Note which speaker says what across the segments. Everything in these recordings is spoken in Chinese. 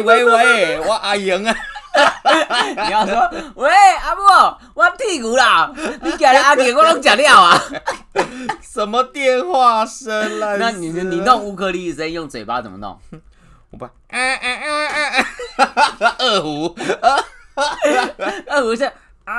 Speaker 1: 喂喂，我阿英啊，
Speaker 2: 你要说，喂，阿母，我屁股啦，你今日阿弟我拢食了 啊。
Speaker 1: 什么电话声啊啦？
Speaker 2: 那你你弄乌克丽声用嘴巴怎么弄？
Speaker 1: 我不，啊啊啊啊啊， 二胡，
Speaker 2: 二胡是啊，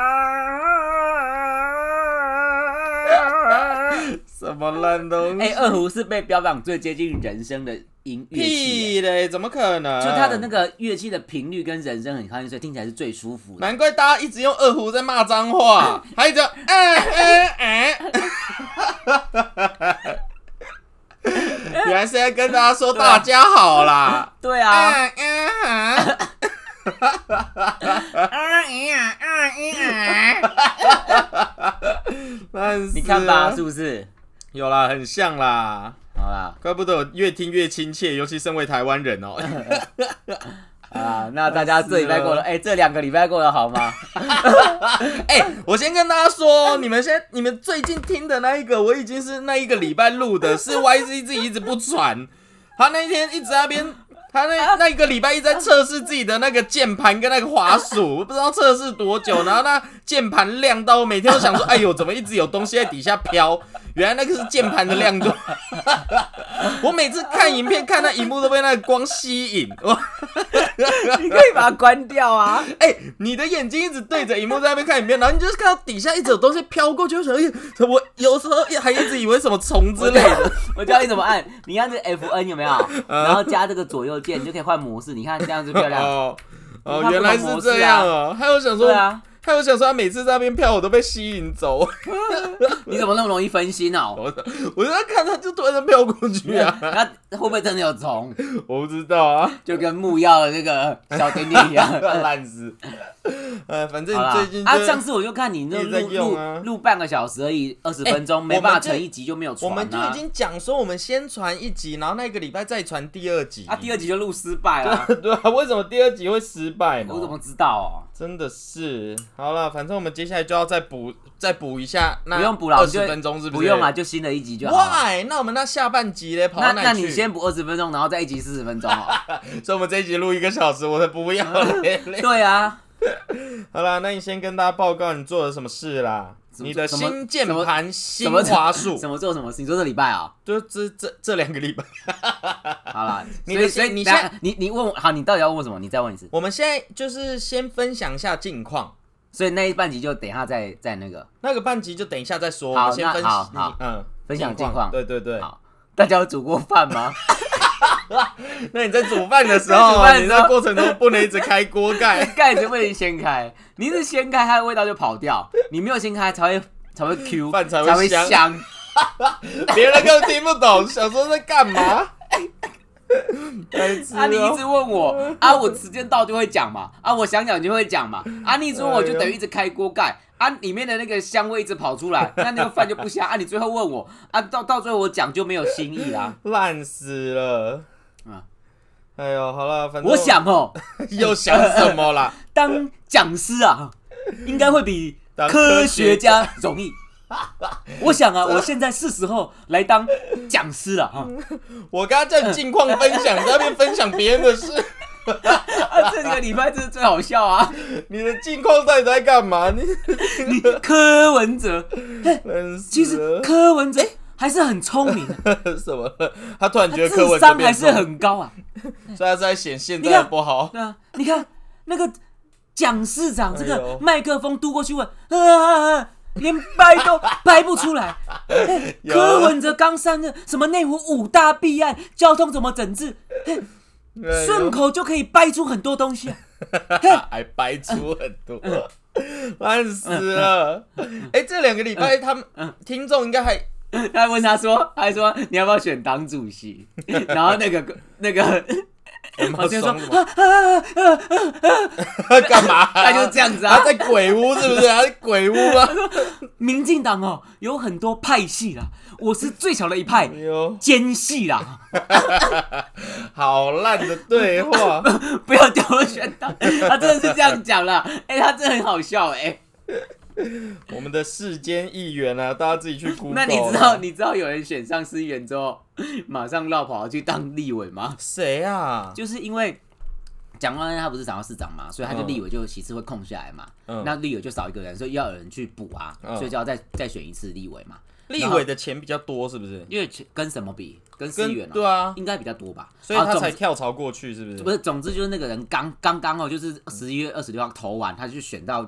Speaker 1: 什么烂东
Speaker 2: 哎、
Speaker 1: 西？
Speaker 2: 二胡是被标榜最接近人声的音
Speaker 1: 啊
Speaker 2: 乐器、欸
Speaker 1: 屁嘞，怎么可能？
Speaker 2: 就它的那，个乐器的频率跟人声很靠近，所以听起来是最舒服的。
Speaker 1: 难怪大家一直用二胡在骂脏 话，还一直哎哎哎。啊 原来是在跟大家说大家好啦。
Speaker 2: 对啊，你
Speaker 1: 你
Speaker 2: 看吧，是不啊是？
Speaker 1: 有啦，很像啦，
Speaker 2: 好啦，
Speaker 1: 怪不得我越听越亲切，尤其身为台湾人哦、
Speaker 2: 啊，那大家这礼拜过了，哎、这两个礼拜过得好 吗？
Speaker 1: 哎、我先跟大家说，你们先，你们最近听的那一个，我已经是那一个礼拜录的，是 YZ 自己一直不传，他那一天一直在那边，他那那一个礼拜一直在测试自己的那个键盘跟那个滑鼠， 不知道测试多久，然后那键盘亮到，我每天都想说，哎呦，怎么一直有东西在底下飘？原来那个是键盘的亮度， 我每次看影片看那荧幕都被那个光吸引，我。
Speaker 2: 你可以把它关掉啊。
Speaker 1: 哎、你的眼睛一直对着荧幕在那边看影片，然后你就是看到底下一直有东西飘过去，我想，哎、我有时候还一直以为什么虫之 类的。
Speaker 2: 我教你怎么按，你看这 F N 有没有？
Speaker 1: 啊
Speaker 2: 然后加这个左右键，你就可以换模式。你看这样子漂亮。
Speaker 1: 哦
Speaker 2: 我
Speaker 1: 哦，
Speaker 2: 看不
Speaker 1: 原
Speaker 2: 懂
Speaker 1: 来是这样哦。还有想说，
Speaker 2: 啊对啊，
Speaker 1: 还有想说，他每次在那边飘，我都被吸引走。
Speaker 2: 你怎么那么容易分心哦？
Speaker 1: 我我就在看他，就突然间飘过去 啊，
Speaker 2: 那会不会真的有虫？
Speaker 1: 我不知道啊，
Speaker 2: 就跟木曜的那个小甜甜一样。
Speaker 1: 烂死。呃，反正
Speaker 2: 好啦，
Speaker 1: 最近就
Speaker 2: 啊，上次我就看你那
Speaker 1: 一直在
Speaker 2: 录
Speaker 1: 用啊
Speaker 2: 录录半个小时而已，二十
Speaker 1: 哎
Speaker 2: 分钟、没
Speaker 1: 我们
Speaker 2: 办法
Speaker 1: 就
Speaker 2: 成一集就没有
Speaker 1: 我
Speaker 2: 传、啊、
Speaker 1: 们就已经讲说，我们先传一集，然后那个礼拜再传第二集。
Speaker 2: 啊，第二集就录失败 了。
Speaker 1: 对啊，为什么第二集会失败呢？
Speaker 2: 我怎么知道啊
Speaker 1: 真的是，好了，反正我们接下来就要再补再补一下，那
Speaker 2: 不用补了
Speaker 1: 二
Speaker 2: 我们就
Speaker 1: 十分钟是
Speaker 2: 哦？
Speaker 1: 不是？
Speaker 2: 不用啊，。就新的一集就好了。
Speaker 1: Why？那我们那下半集嘞，跑
Speaker 2: 那
Speaker 1: 到
Speaker 2: 那
Speaker 1: 哪里去？
Speaker 2: 你先，补二十分钟，然后再一集四十分钟 哦。
Speaker 1: 所以我们这一集录一个小时，我才不要 嘞。
Speaker 2: 对啊，
Speaker 1: 好啦，那你先跟大家报告你做了什么事啦？
Speaker 2: 怎么
Speaker 1: 你的
Speaker 2: 怎么
Speaker 1: 新键
Speaker 2: 怎么
Speaker 1: 盘、新
Speaker 2: 怎么
Speaker 1: 滑鼠，
Speaker 2: 什么做什么事？你说这礼拜啊、
Speaker 1: 就这这这两个礼拜，
Speaker 2: 好啦，
Speaker 1: 你
Speaker 2: 所以
Speaker 1: 的
Speaker 2: 所以
Speaker 1: 你
Speaker 2: 等下
Speaker 1: 现
Speaker 2: 你你问我好，你到底要问我什么？你再问一次。
Speaker 1: 我们现在就是先分享一下近况，
Speaker 2: 所以那一半集就等一下再再那个
Speaker 1: 那个半集就等一下再说。
Speaker 2: 好
Speaker 1: 我们先
Speaker 2: 那
Speaker 1: 分
Speaker 2: 好
Speaker 1: 析
Speaker 2: 好
Speaker 1: 嗯
Speaker 2: 分享近况
Speaker 1: 对对对。
Speaker 2: 好。大家有煮过饭 吗？
Speaker 1: 那你在煮饭的时
Speaker 2: 煮
Speaker 1: 候，啊
Speaker 2: 饭的时候
Speaker 1: 你在过程中不能一直开锅盖。
Speaker 2: 盖子不能掀开，你一直掀开，它的味道就跑掉。你没有掀开，才会才 会 Q，
Speaker 1: 饭才会
Speaker 2: 会
Speaker 1: 香
Speaker 2: 香。
Speaker 1: 别人根本听不懂，想说在 干嘛？白痴
Speaker 2: 啊，你一
Speaker 1: 哦、
Speaker 2: 直问 我啊，我时间到就会讲嘛，啊，我想讲就会讲嘛，啊，你一直问我就等于一直开锅盖，啊，里面的那个香味一直跑出来，那那个饭就不香啊。你最后问我啊，到到最后我讲就没有新意 啦。
Speaker 1: 烂死了！
Speaker 2: 啊
Speaker 1: 哎呦，好了，反正
Speaker 2: 我想哦，
Speaker 1: 又想什 么啦？
Speaker 2: 当讲师啊，应该会比
Speaker 1: 当
Speaker 2: 科学家容 易。我想啊，我现在是时候来当讲师了
Speaker 1: 嗯
Speaker 2: 啊！
Speaker 1: 我刚刚叫你近况分享，在那边分享别人 的事，
Speaker 2: 啊，这个礼拜真是最好笑 啊！
Speaker 1: 你的近况到底在干嘛？你
Speaker 2: 你柯文哲，
Speaker 1: 烂死
Speaker 2: 其实
Speaker 1: 了
Speaker 2: 柯文哲还是很聪明 的，
Speaker 1: 什么了？他突然觉得
Speaker 2: 智
Speaker 1: 柯文哲
Speaker 2: 商还
Speaker 1: 变瘦
Speaker 2: 是，很高啊。
Speaker 1: 所以他是在显现
Speaker 2: 你
Speaker 1: 在
Speaker 2: 看
Speaker 1: 的不好。
Speaker 2: 对啊，你看那个蒋市长这
Speaker 1: 哎
Speaker 2: 个
Speaker 1: 呦
Speaker 2: 麦克风嘟过去问，啊啊啊连掰 都掰不出来。哎
Speaker 1: 有
Speaker 2: 柯文哲刚上任，什么内湖五大弊案，交通怎么整治，
Speaker 1: 哎呦
Speaker 2: 顺口就可以掰出很多东西啊。
Speaker 1: 哎 还掰出很 多，烂死了！
Speaker 2: 嗯
Speaker 1: 哎、这两个礼拜他们听众应该还
Speaker 2: 他还问他说，他还说你要不要选党主席？然后那个那个
Speaker 1: 好
Speaker 2: 黄先
Speaker 1: 像
Speaker 2: 说
Speaker 1: 说
Speaker 2: 啊啊啊啊，
Speaker 1: 干嘛？
Speaker 2: 他就是这样子啊
Speaker 1: 他。在鬼屋是不是？他在鬼屋啊！
Speaker 2: 民进党哦，有很多派系啦，我是最小的一派
Speaker 1: 哎，呦，
Speaker 2: 奸细啦。
Speaker 1: 好烂的对 话！
Speaker 2: 不要丢了选到，他真的是这样讲啦，哎、他真的很好笑哎、
Speaker 1: 我们的世间议员啊，大家自己去 Google
Speaker 2: 那你知道你知道有人选上市议员之后，马上绕跑去当立委吗？
Speaker 1: 谁啊？
Speaker 2: 就是因为蒋万安他不是想要市长嘛，所以他就
Speaker 1: 嗯
Speaker 2: 立委就席次会空下来嘛，
Speaker 1: 嗯
Speaker 2: 那立委就少一个人，所以要有人去补啊，
Speaker 1: 嗯
Speaker 2: 所以就要再再选一次立委嘛。
Speaker 1: 立委的钱比较多，是不是？
Speaker 2: 因为跟什么比？跟市议员哦
Speaker 1: 跟对啊，
Speaker 2: 应该比较多吧。
Speaker 1: 所以
Speaker 2: 啊
Speaker 1: 他
Speaker 2: 总
Speaker 1: 才
Speaker 2: 之
Speaker 1: 跳槽过去，是不是？
Speaker 2: 不是，总之就是那个人刚刚刚哦，就是十一月二十六号投完，他就选到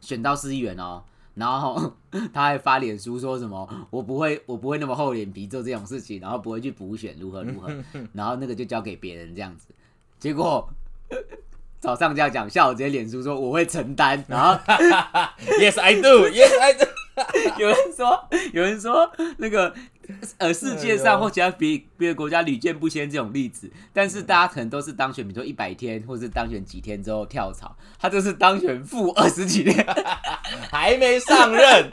Speaker 2: 选到市议员哦。然后 他还发脸书说什么“我不会，我不会那么厚脸皮做这种事情，然后不会去补选，如何如何”，然后那个就交给别人这样子。结果早上这样讲，下午直接脸书说我会承担，然后
Speaker 1: Yes I do, Yes I do。
Speaker 2: 有人说，有人说那个呃，世界上
Speaker 1: 哎呦
Speaker 2: 或其他别别的国家屡见不鲜这种例子，但是大家可能都是当选，比如说一百天，或是当选几天之后跳槽，他这是当选负 二十几天，
Speaker 1: 还没上任，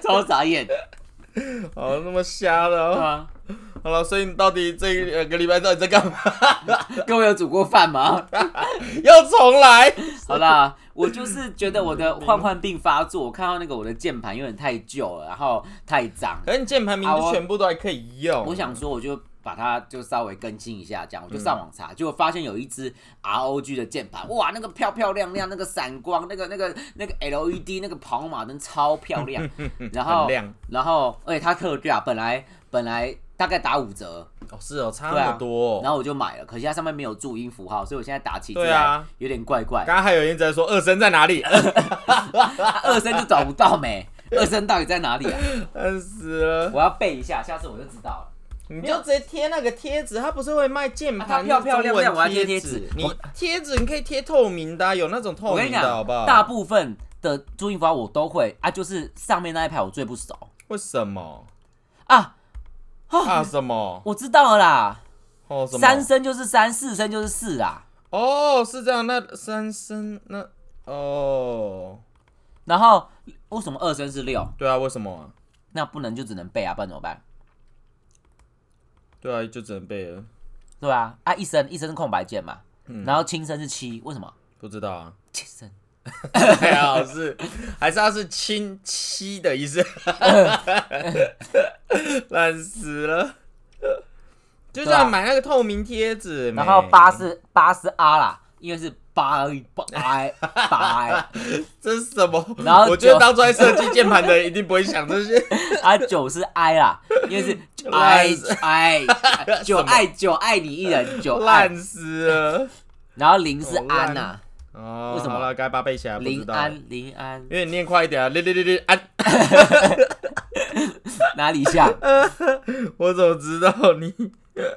Speaker 2: 超傻眼，
Speaker 1: 哦，那么瞎的
Speaker 2: 对
Speaker 1: 哦。
Speaker 2: 啊，
Speaker 1: 好了，所以你到底这两个礼拜到底在干嘛？
Speaker 2: 各位有煮过饭吗？
Speaker 1: 要重来？
Speaker 2: 好啦，我就是觉得我的患患病发作，我看到那个我的键盘有点太旧了，然后太脏，
Speaker 1: 可是你键盘名
Speaker 2: 啊
Speaker 1: 字
Speaker 2: 我
Speaker 1: 全部都还可以用。
Speaker 2: 我想说，我就把它就稍微更新一下，这样我就上网查，结果发现有一只 ROG 的键盘，哇，那个漂漂亮亮，那个闪光，那个那个那个 LED 那个跑马灯超漂亮，然后
Speaker 1: 很亮
Speaker 2: 然后而且它特价，本来本来大概打五折，
Speaker 1: 哦，是哦，差
Speaker 2: 对
Speaker 1: 那
Speaker 2: 啊
Speaker 1: 么多、
Speaker 2: 然
Speaker 1: 哦。
Speaker 2: 后我就买了，可惜它上面没有注音符号，所以我现在打起字
Speaker 1: 对啊
Speaker 2: 来有点怪怪，
Speaker 1: 刚刚还有人在说二声在哪 里，
Speaker 2: 啊二声就找不到没，二声到底在哪里啊？
Speaker 1: 嗯，死了。
Speaker 2: 我要背一下，下次我就知道了。
Speaker 1: 你就直接贴那个贴纸，它不是会卖键
Speaker 2: 啊它
Speaker 1: 盘、
Speaker 2: 漂漂亮亮
Speaker 1: 中文
Speaker 2: 我要贴
Speaker 1: 贴
Speaker 2: 贴纸
Speaker 1: 你
Speaker 2: 我
Speaker 1: 贴纸你可以贴透明的啊、有那种透
Speaker 2: 我跟
Speaker 1: 明
Speaker 2: 你
Speaker 1: 的，好
Speaker 2: 讲
Speaker 1: 不好？，
Speaker 2: 大部分的注音符号我都会啊，就是上面那一排我最不熟
Speaker 1: 为什么？
Speaker 2: 啊。
Speaker 1: 怕什么？
Speaker 2: 我知道了啦，
Speaker 1: 哦，什么？
Speaker 2: 三声就是三，四声就是四啦。
Speaker 1: 哦，是这样。那三声那哦，
Speaker 2: 然后为什么二声是六？
Speaker 1: 对啊，为什么、啊？
Speaker 2: 那不能就只能背啊，不然怎么办？
Speaker 1: 对啊，就只能背了，
Speaker 2: 对吧、啊？啊，一声一声是空白键嘛，
Speaker 1: 嗯
Speaker 2: 然后轻声是七，为什么？
Speaker 1: 不知道啊。
Speaker 2: 七声
Speaker 1: 最好哎是还是他是亲戚的意思， 烂死了。就
Speaker 2: 对啊
Speaker 1: 像买那个透明贴纸，
Speaker 2: 然后八
Speaker 1: 妹，
Speaker 2: 是八是啊啦，因为是八八 八
Speaker 1: 这是什么？
Speaker 2: 然后
Speaker 1: 我觉得
Speaker 2: 九
Speaker 1: 当初在设计键盘的人一定不会想 这些。
Speaker 2: 啊九是 i 啦，因为是
Speaker 1: 烂
Speaker 2: i i 九爱九爱你一人九爱
Speaker 1: 烂，死了。
Speaker 2: 然后零是
Speaker 1: 好烂
Speaker 2: 安呐、啊。
Speaker 1: 哦，
Speaker 2: 为什么
Speaker 1: 好了，该把它背起来。不知
Speaker 2: 临
Speaker 1: 道，
Speaker 2: 安，临安
Speaker 1: 因为你念快一点啊！哩哩哩哩啊！
Speaker 2: 哪里像？
Speaker 1: 我怎么知道你？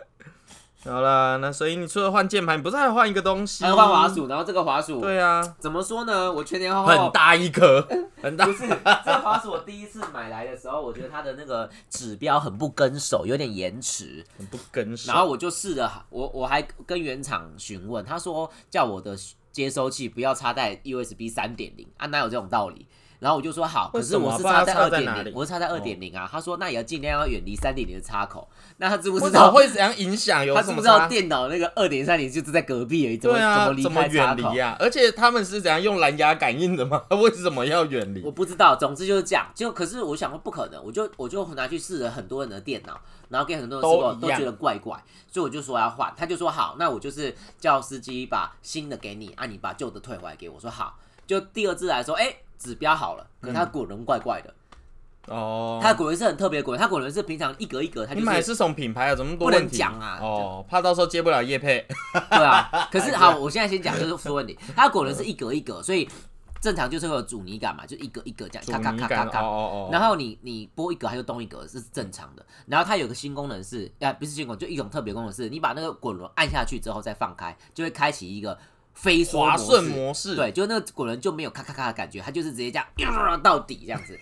Speaker 1: 好啦，那所以你除了换键盘，你不是还有换一个东西？
Speaker 2: 还有换滑？鼠，然后这个滑鼠，
Speaker 1: 对啊，
Speaker 2: 怎么说呢？我全年后
Speaker 1: 很
Speaker 2: 后
Speaker 1: 大一颗，很大
Speaker 2: 哦不。是 这个滑鼠，我第一次买来的时候，我觉得它的那个指标很不跟手，有点延迟。
Speaker 1: 很不跟上。
Speaker 2: 然后我就试着，我我还跟原厂询问，他说叫我的接收器不要插在 USB 三点零啊，哪有这种道理？然后我就说好，
Speaker 1: 为
Speaker 2: 可
Speaker 1: 什
Speaker 2: 是
Speaker 1: 么
Speaker 2: 我是
Speaker 1: 不
Speaker 2: 插
Speaker 1: 然它
Speaker 2: 在
Speaker 1: 插
Speaker 2: 二
Speaker 1: 在哪
Speaker 2: 点
Speaker 1: 里
Speaker 2: 零，我是插在二点零啊。他说那也要尽量要远离三点零的插口。那他知不
Speaker 1: 不
Speaker 2: 知
Speaker 1: 知道
Speaker 2: 道
Speaker 1: 会怎样影响，有
Speaker 2: 他
Speaker 1: 什
Speaker 2: 知
Speaker 1: 么
Speaker 2: 不知道
Speaker 1: 差？
Speaker 2: 电脑那个二点三零就是在隔壁而已，怎么、
Speaker 1: 对啊，
Speaker 2: 怎
Speaker 1: 怎
Speaker 2: 么
Speaker 1: 么
Speaker 2: 离开插
Speaker 1: 远
Speaker 2: 口？
Speaker 1: 离啊？而且他们是怎样用蓝牙感应的吗？ 为什么要远离
Speaker 2: 我？不知道，总之就是这样。就可是我想说不可能，我就我就拿去试了很多人的电脑，然后给很多人试过，
Speaker 1: 都
Speaker 2: 都
Speaker 1: 一样
Speaker 2: 觉得怪怪，所以我就说要换。他就说好，那我就是叫司机把新的给你，啊，你把旧的退回来给我。我说好。就第二次来说，哎、指标好了，可是它滚轮怪怪的，
Speaker 1: 嗯哦，
Speaker 2: 它的滚轮是很特别的滚轮，它滚轮是平常一格一格，它
Speaker 1: 你
Speaker 2: 就
Speaker 1: 买的
Speaker 2: 是
Speaker 1: 是什么品牌啊？怎么多
Speaker 2: 不能
Speaker 1: 问题
Speaker 2: 讲啊
Speaker 1: 哦，怕到时候接不了叶配。
Speaker 2: 对啊。可是好，我现在先讲就是出问题，它的滚轮是一格一格，所以正常就是会有阻尼感嘛，就一格一格这样，
Speaker 1: 阻
Speaker 2: 咔咔
Speaker 1: 尼
Speaker 2: 咔咔
Speaker 1: 感，哦
Speaker 2: 咔，
Speaker 1: 哦哦。
Speaker 2: 然后你你拨一格它就动一格这是正常的。然后它有个新功能是，啊不是新功能，就一种特别功能是，你把那个滚轮按下去之后再放开，就会开启一个飞梭
Speaker 1: 滑
Speaker 2: 模
Speaker 1: 顺
Speaker 2: 式
Speaker 1: 模式，，
Speaker 2: 对，就那个滚轮就没有咔咔咔的感觉，它就是直接这样、 到底这样子。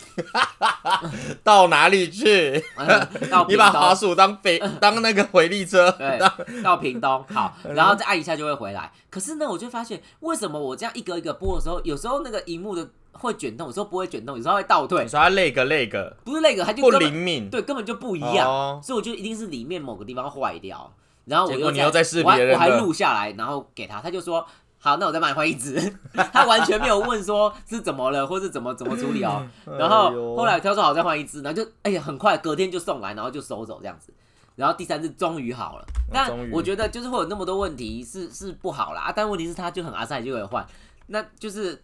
Speaker 1: 到哪里去？
Speaker 2: 嗯到 嗯
Speaker 1: 你
Speaker 2: 屏
Speaker 1: 把滑
Speaker 2: 东，
Speaker 1: 鼠当飞当那个回力车，
Speaker 2: 对，到屏东，好，
Speaker 1: 嗯
Speaker 2: 然后再按一下就会回来。可是呢，我就发现为什么我这样一格一格拨的时候，有时候那个荧幕的会卷动，有时候不会卷动，有时候会倒退
Speaker 1: 你，说它累个累个，
Speaker 2: 不是那个，它就
Speaker 1: 不
Speaker 2: 根本
Speaker 1: 灵敏，
Speaker 2: 对，根本就不一样，
Speaker 1: 哦
Speaker 2: 所以我就一定是里面某个地方坏掉，然后我
Speaker 1: 结
Speaker 2: 又
Speaker 1: 果你又在试
Speaker 2: 我还
Speaker 1: 别人
Speaker 2: 我还
Speaker 1: 的
Speaker 2: 录下来，然后给他，他就说好，那我再帮你换一只。 他完全没有问说是怎么了，或是怎么怎么处理哦。然后、
Speaker 1: 哎呦
Speaker 2: 后来挑说好再换一只，然后就哎呀，很快隔天就送来，然后就收走这样子。然后第三次终于好了，但
Speaker 1: 哦终于
Speaker 2: 我觉得就是会有那么多问题是是不好啦，啊，但问题是他就很阿塞就给我换，那就是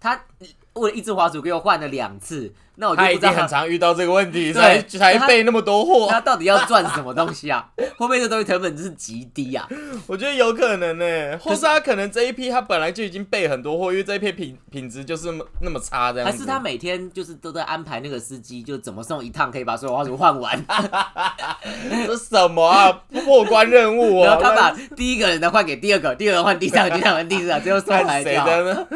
Speaker 2: 他为了一只滑鼠给我换了两次，那我就
Speaker 1: 他
Speaker 2: 不
Speaker 1: 一
Speaker 2: 知道
Speaker 1: 定很常遇到这个问题，才
Speaker 2: 对
Speaker 1: 才
Speaker 2: 他
Speaker 1: 备那么多
Speaker 2: 他
Speaker 1: 货。
Speaker 2: 到底要赚什么东西啊？会不会这东西成本就是极低啊？
Speaker 1: 我觉得有可能呢、或是他可能这一批他本来就已经备很多货，因为这一批品品质就是那么那么差这样
Speaker 2: 还
Speaker 1: 子。
Speaker 2: 是他每天就是都在安排那个司机，就怎么送一趟可以把所有花束 换完，
Speaker 1: 这什么啊？破关任务
Speaker 2: 然
Speaker 1: 哦、
Speaker 2: 后他把第一个人的换给第二个，第二个换第三个，第三个换第四个，最后送
Speaker 1: 那
Speaker 2: 来
Speaker 1: 看谁
Speaker 2: 掉。
Speaker 1: 的呢？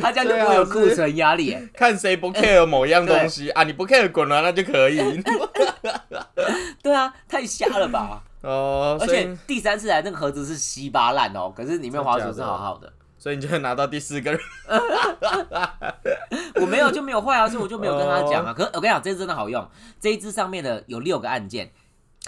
Speaker 2: 他这样就不会有库存压力耶。
Speaker 1: 看谁不 care 某样东西啊？你不 care 滚了，那就可以。
Speaker 2: 对啊，太瞎了吧！
Speaker 1: 哦，
Speaker 2: 而
Speaker 1: 所以
Speaker 2: 且第三次来那个盒子是稀巴烂哦，可是里面花
Speaker 1: 真
Speaker 2: 束
Speaker 1: 的
Speaker 2: 是
Speaker 1: 假的
Speaker 2: 好好的。
Speaker 1: 所以你就会拿到第四个人。
Speaker 2: 我没有就没有坏啊，所以我就没有跟他
Speaker 1: 哦
Speaker 2: 讲啊。可是我跟你讲，这支真的好用，这一支上面的有六个按键，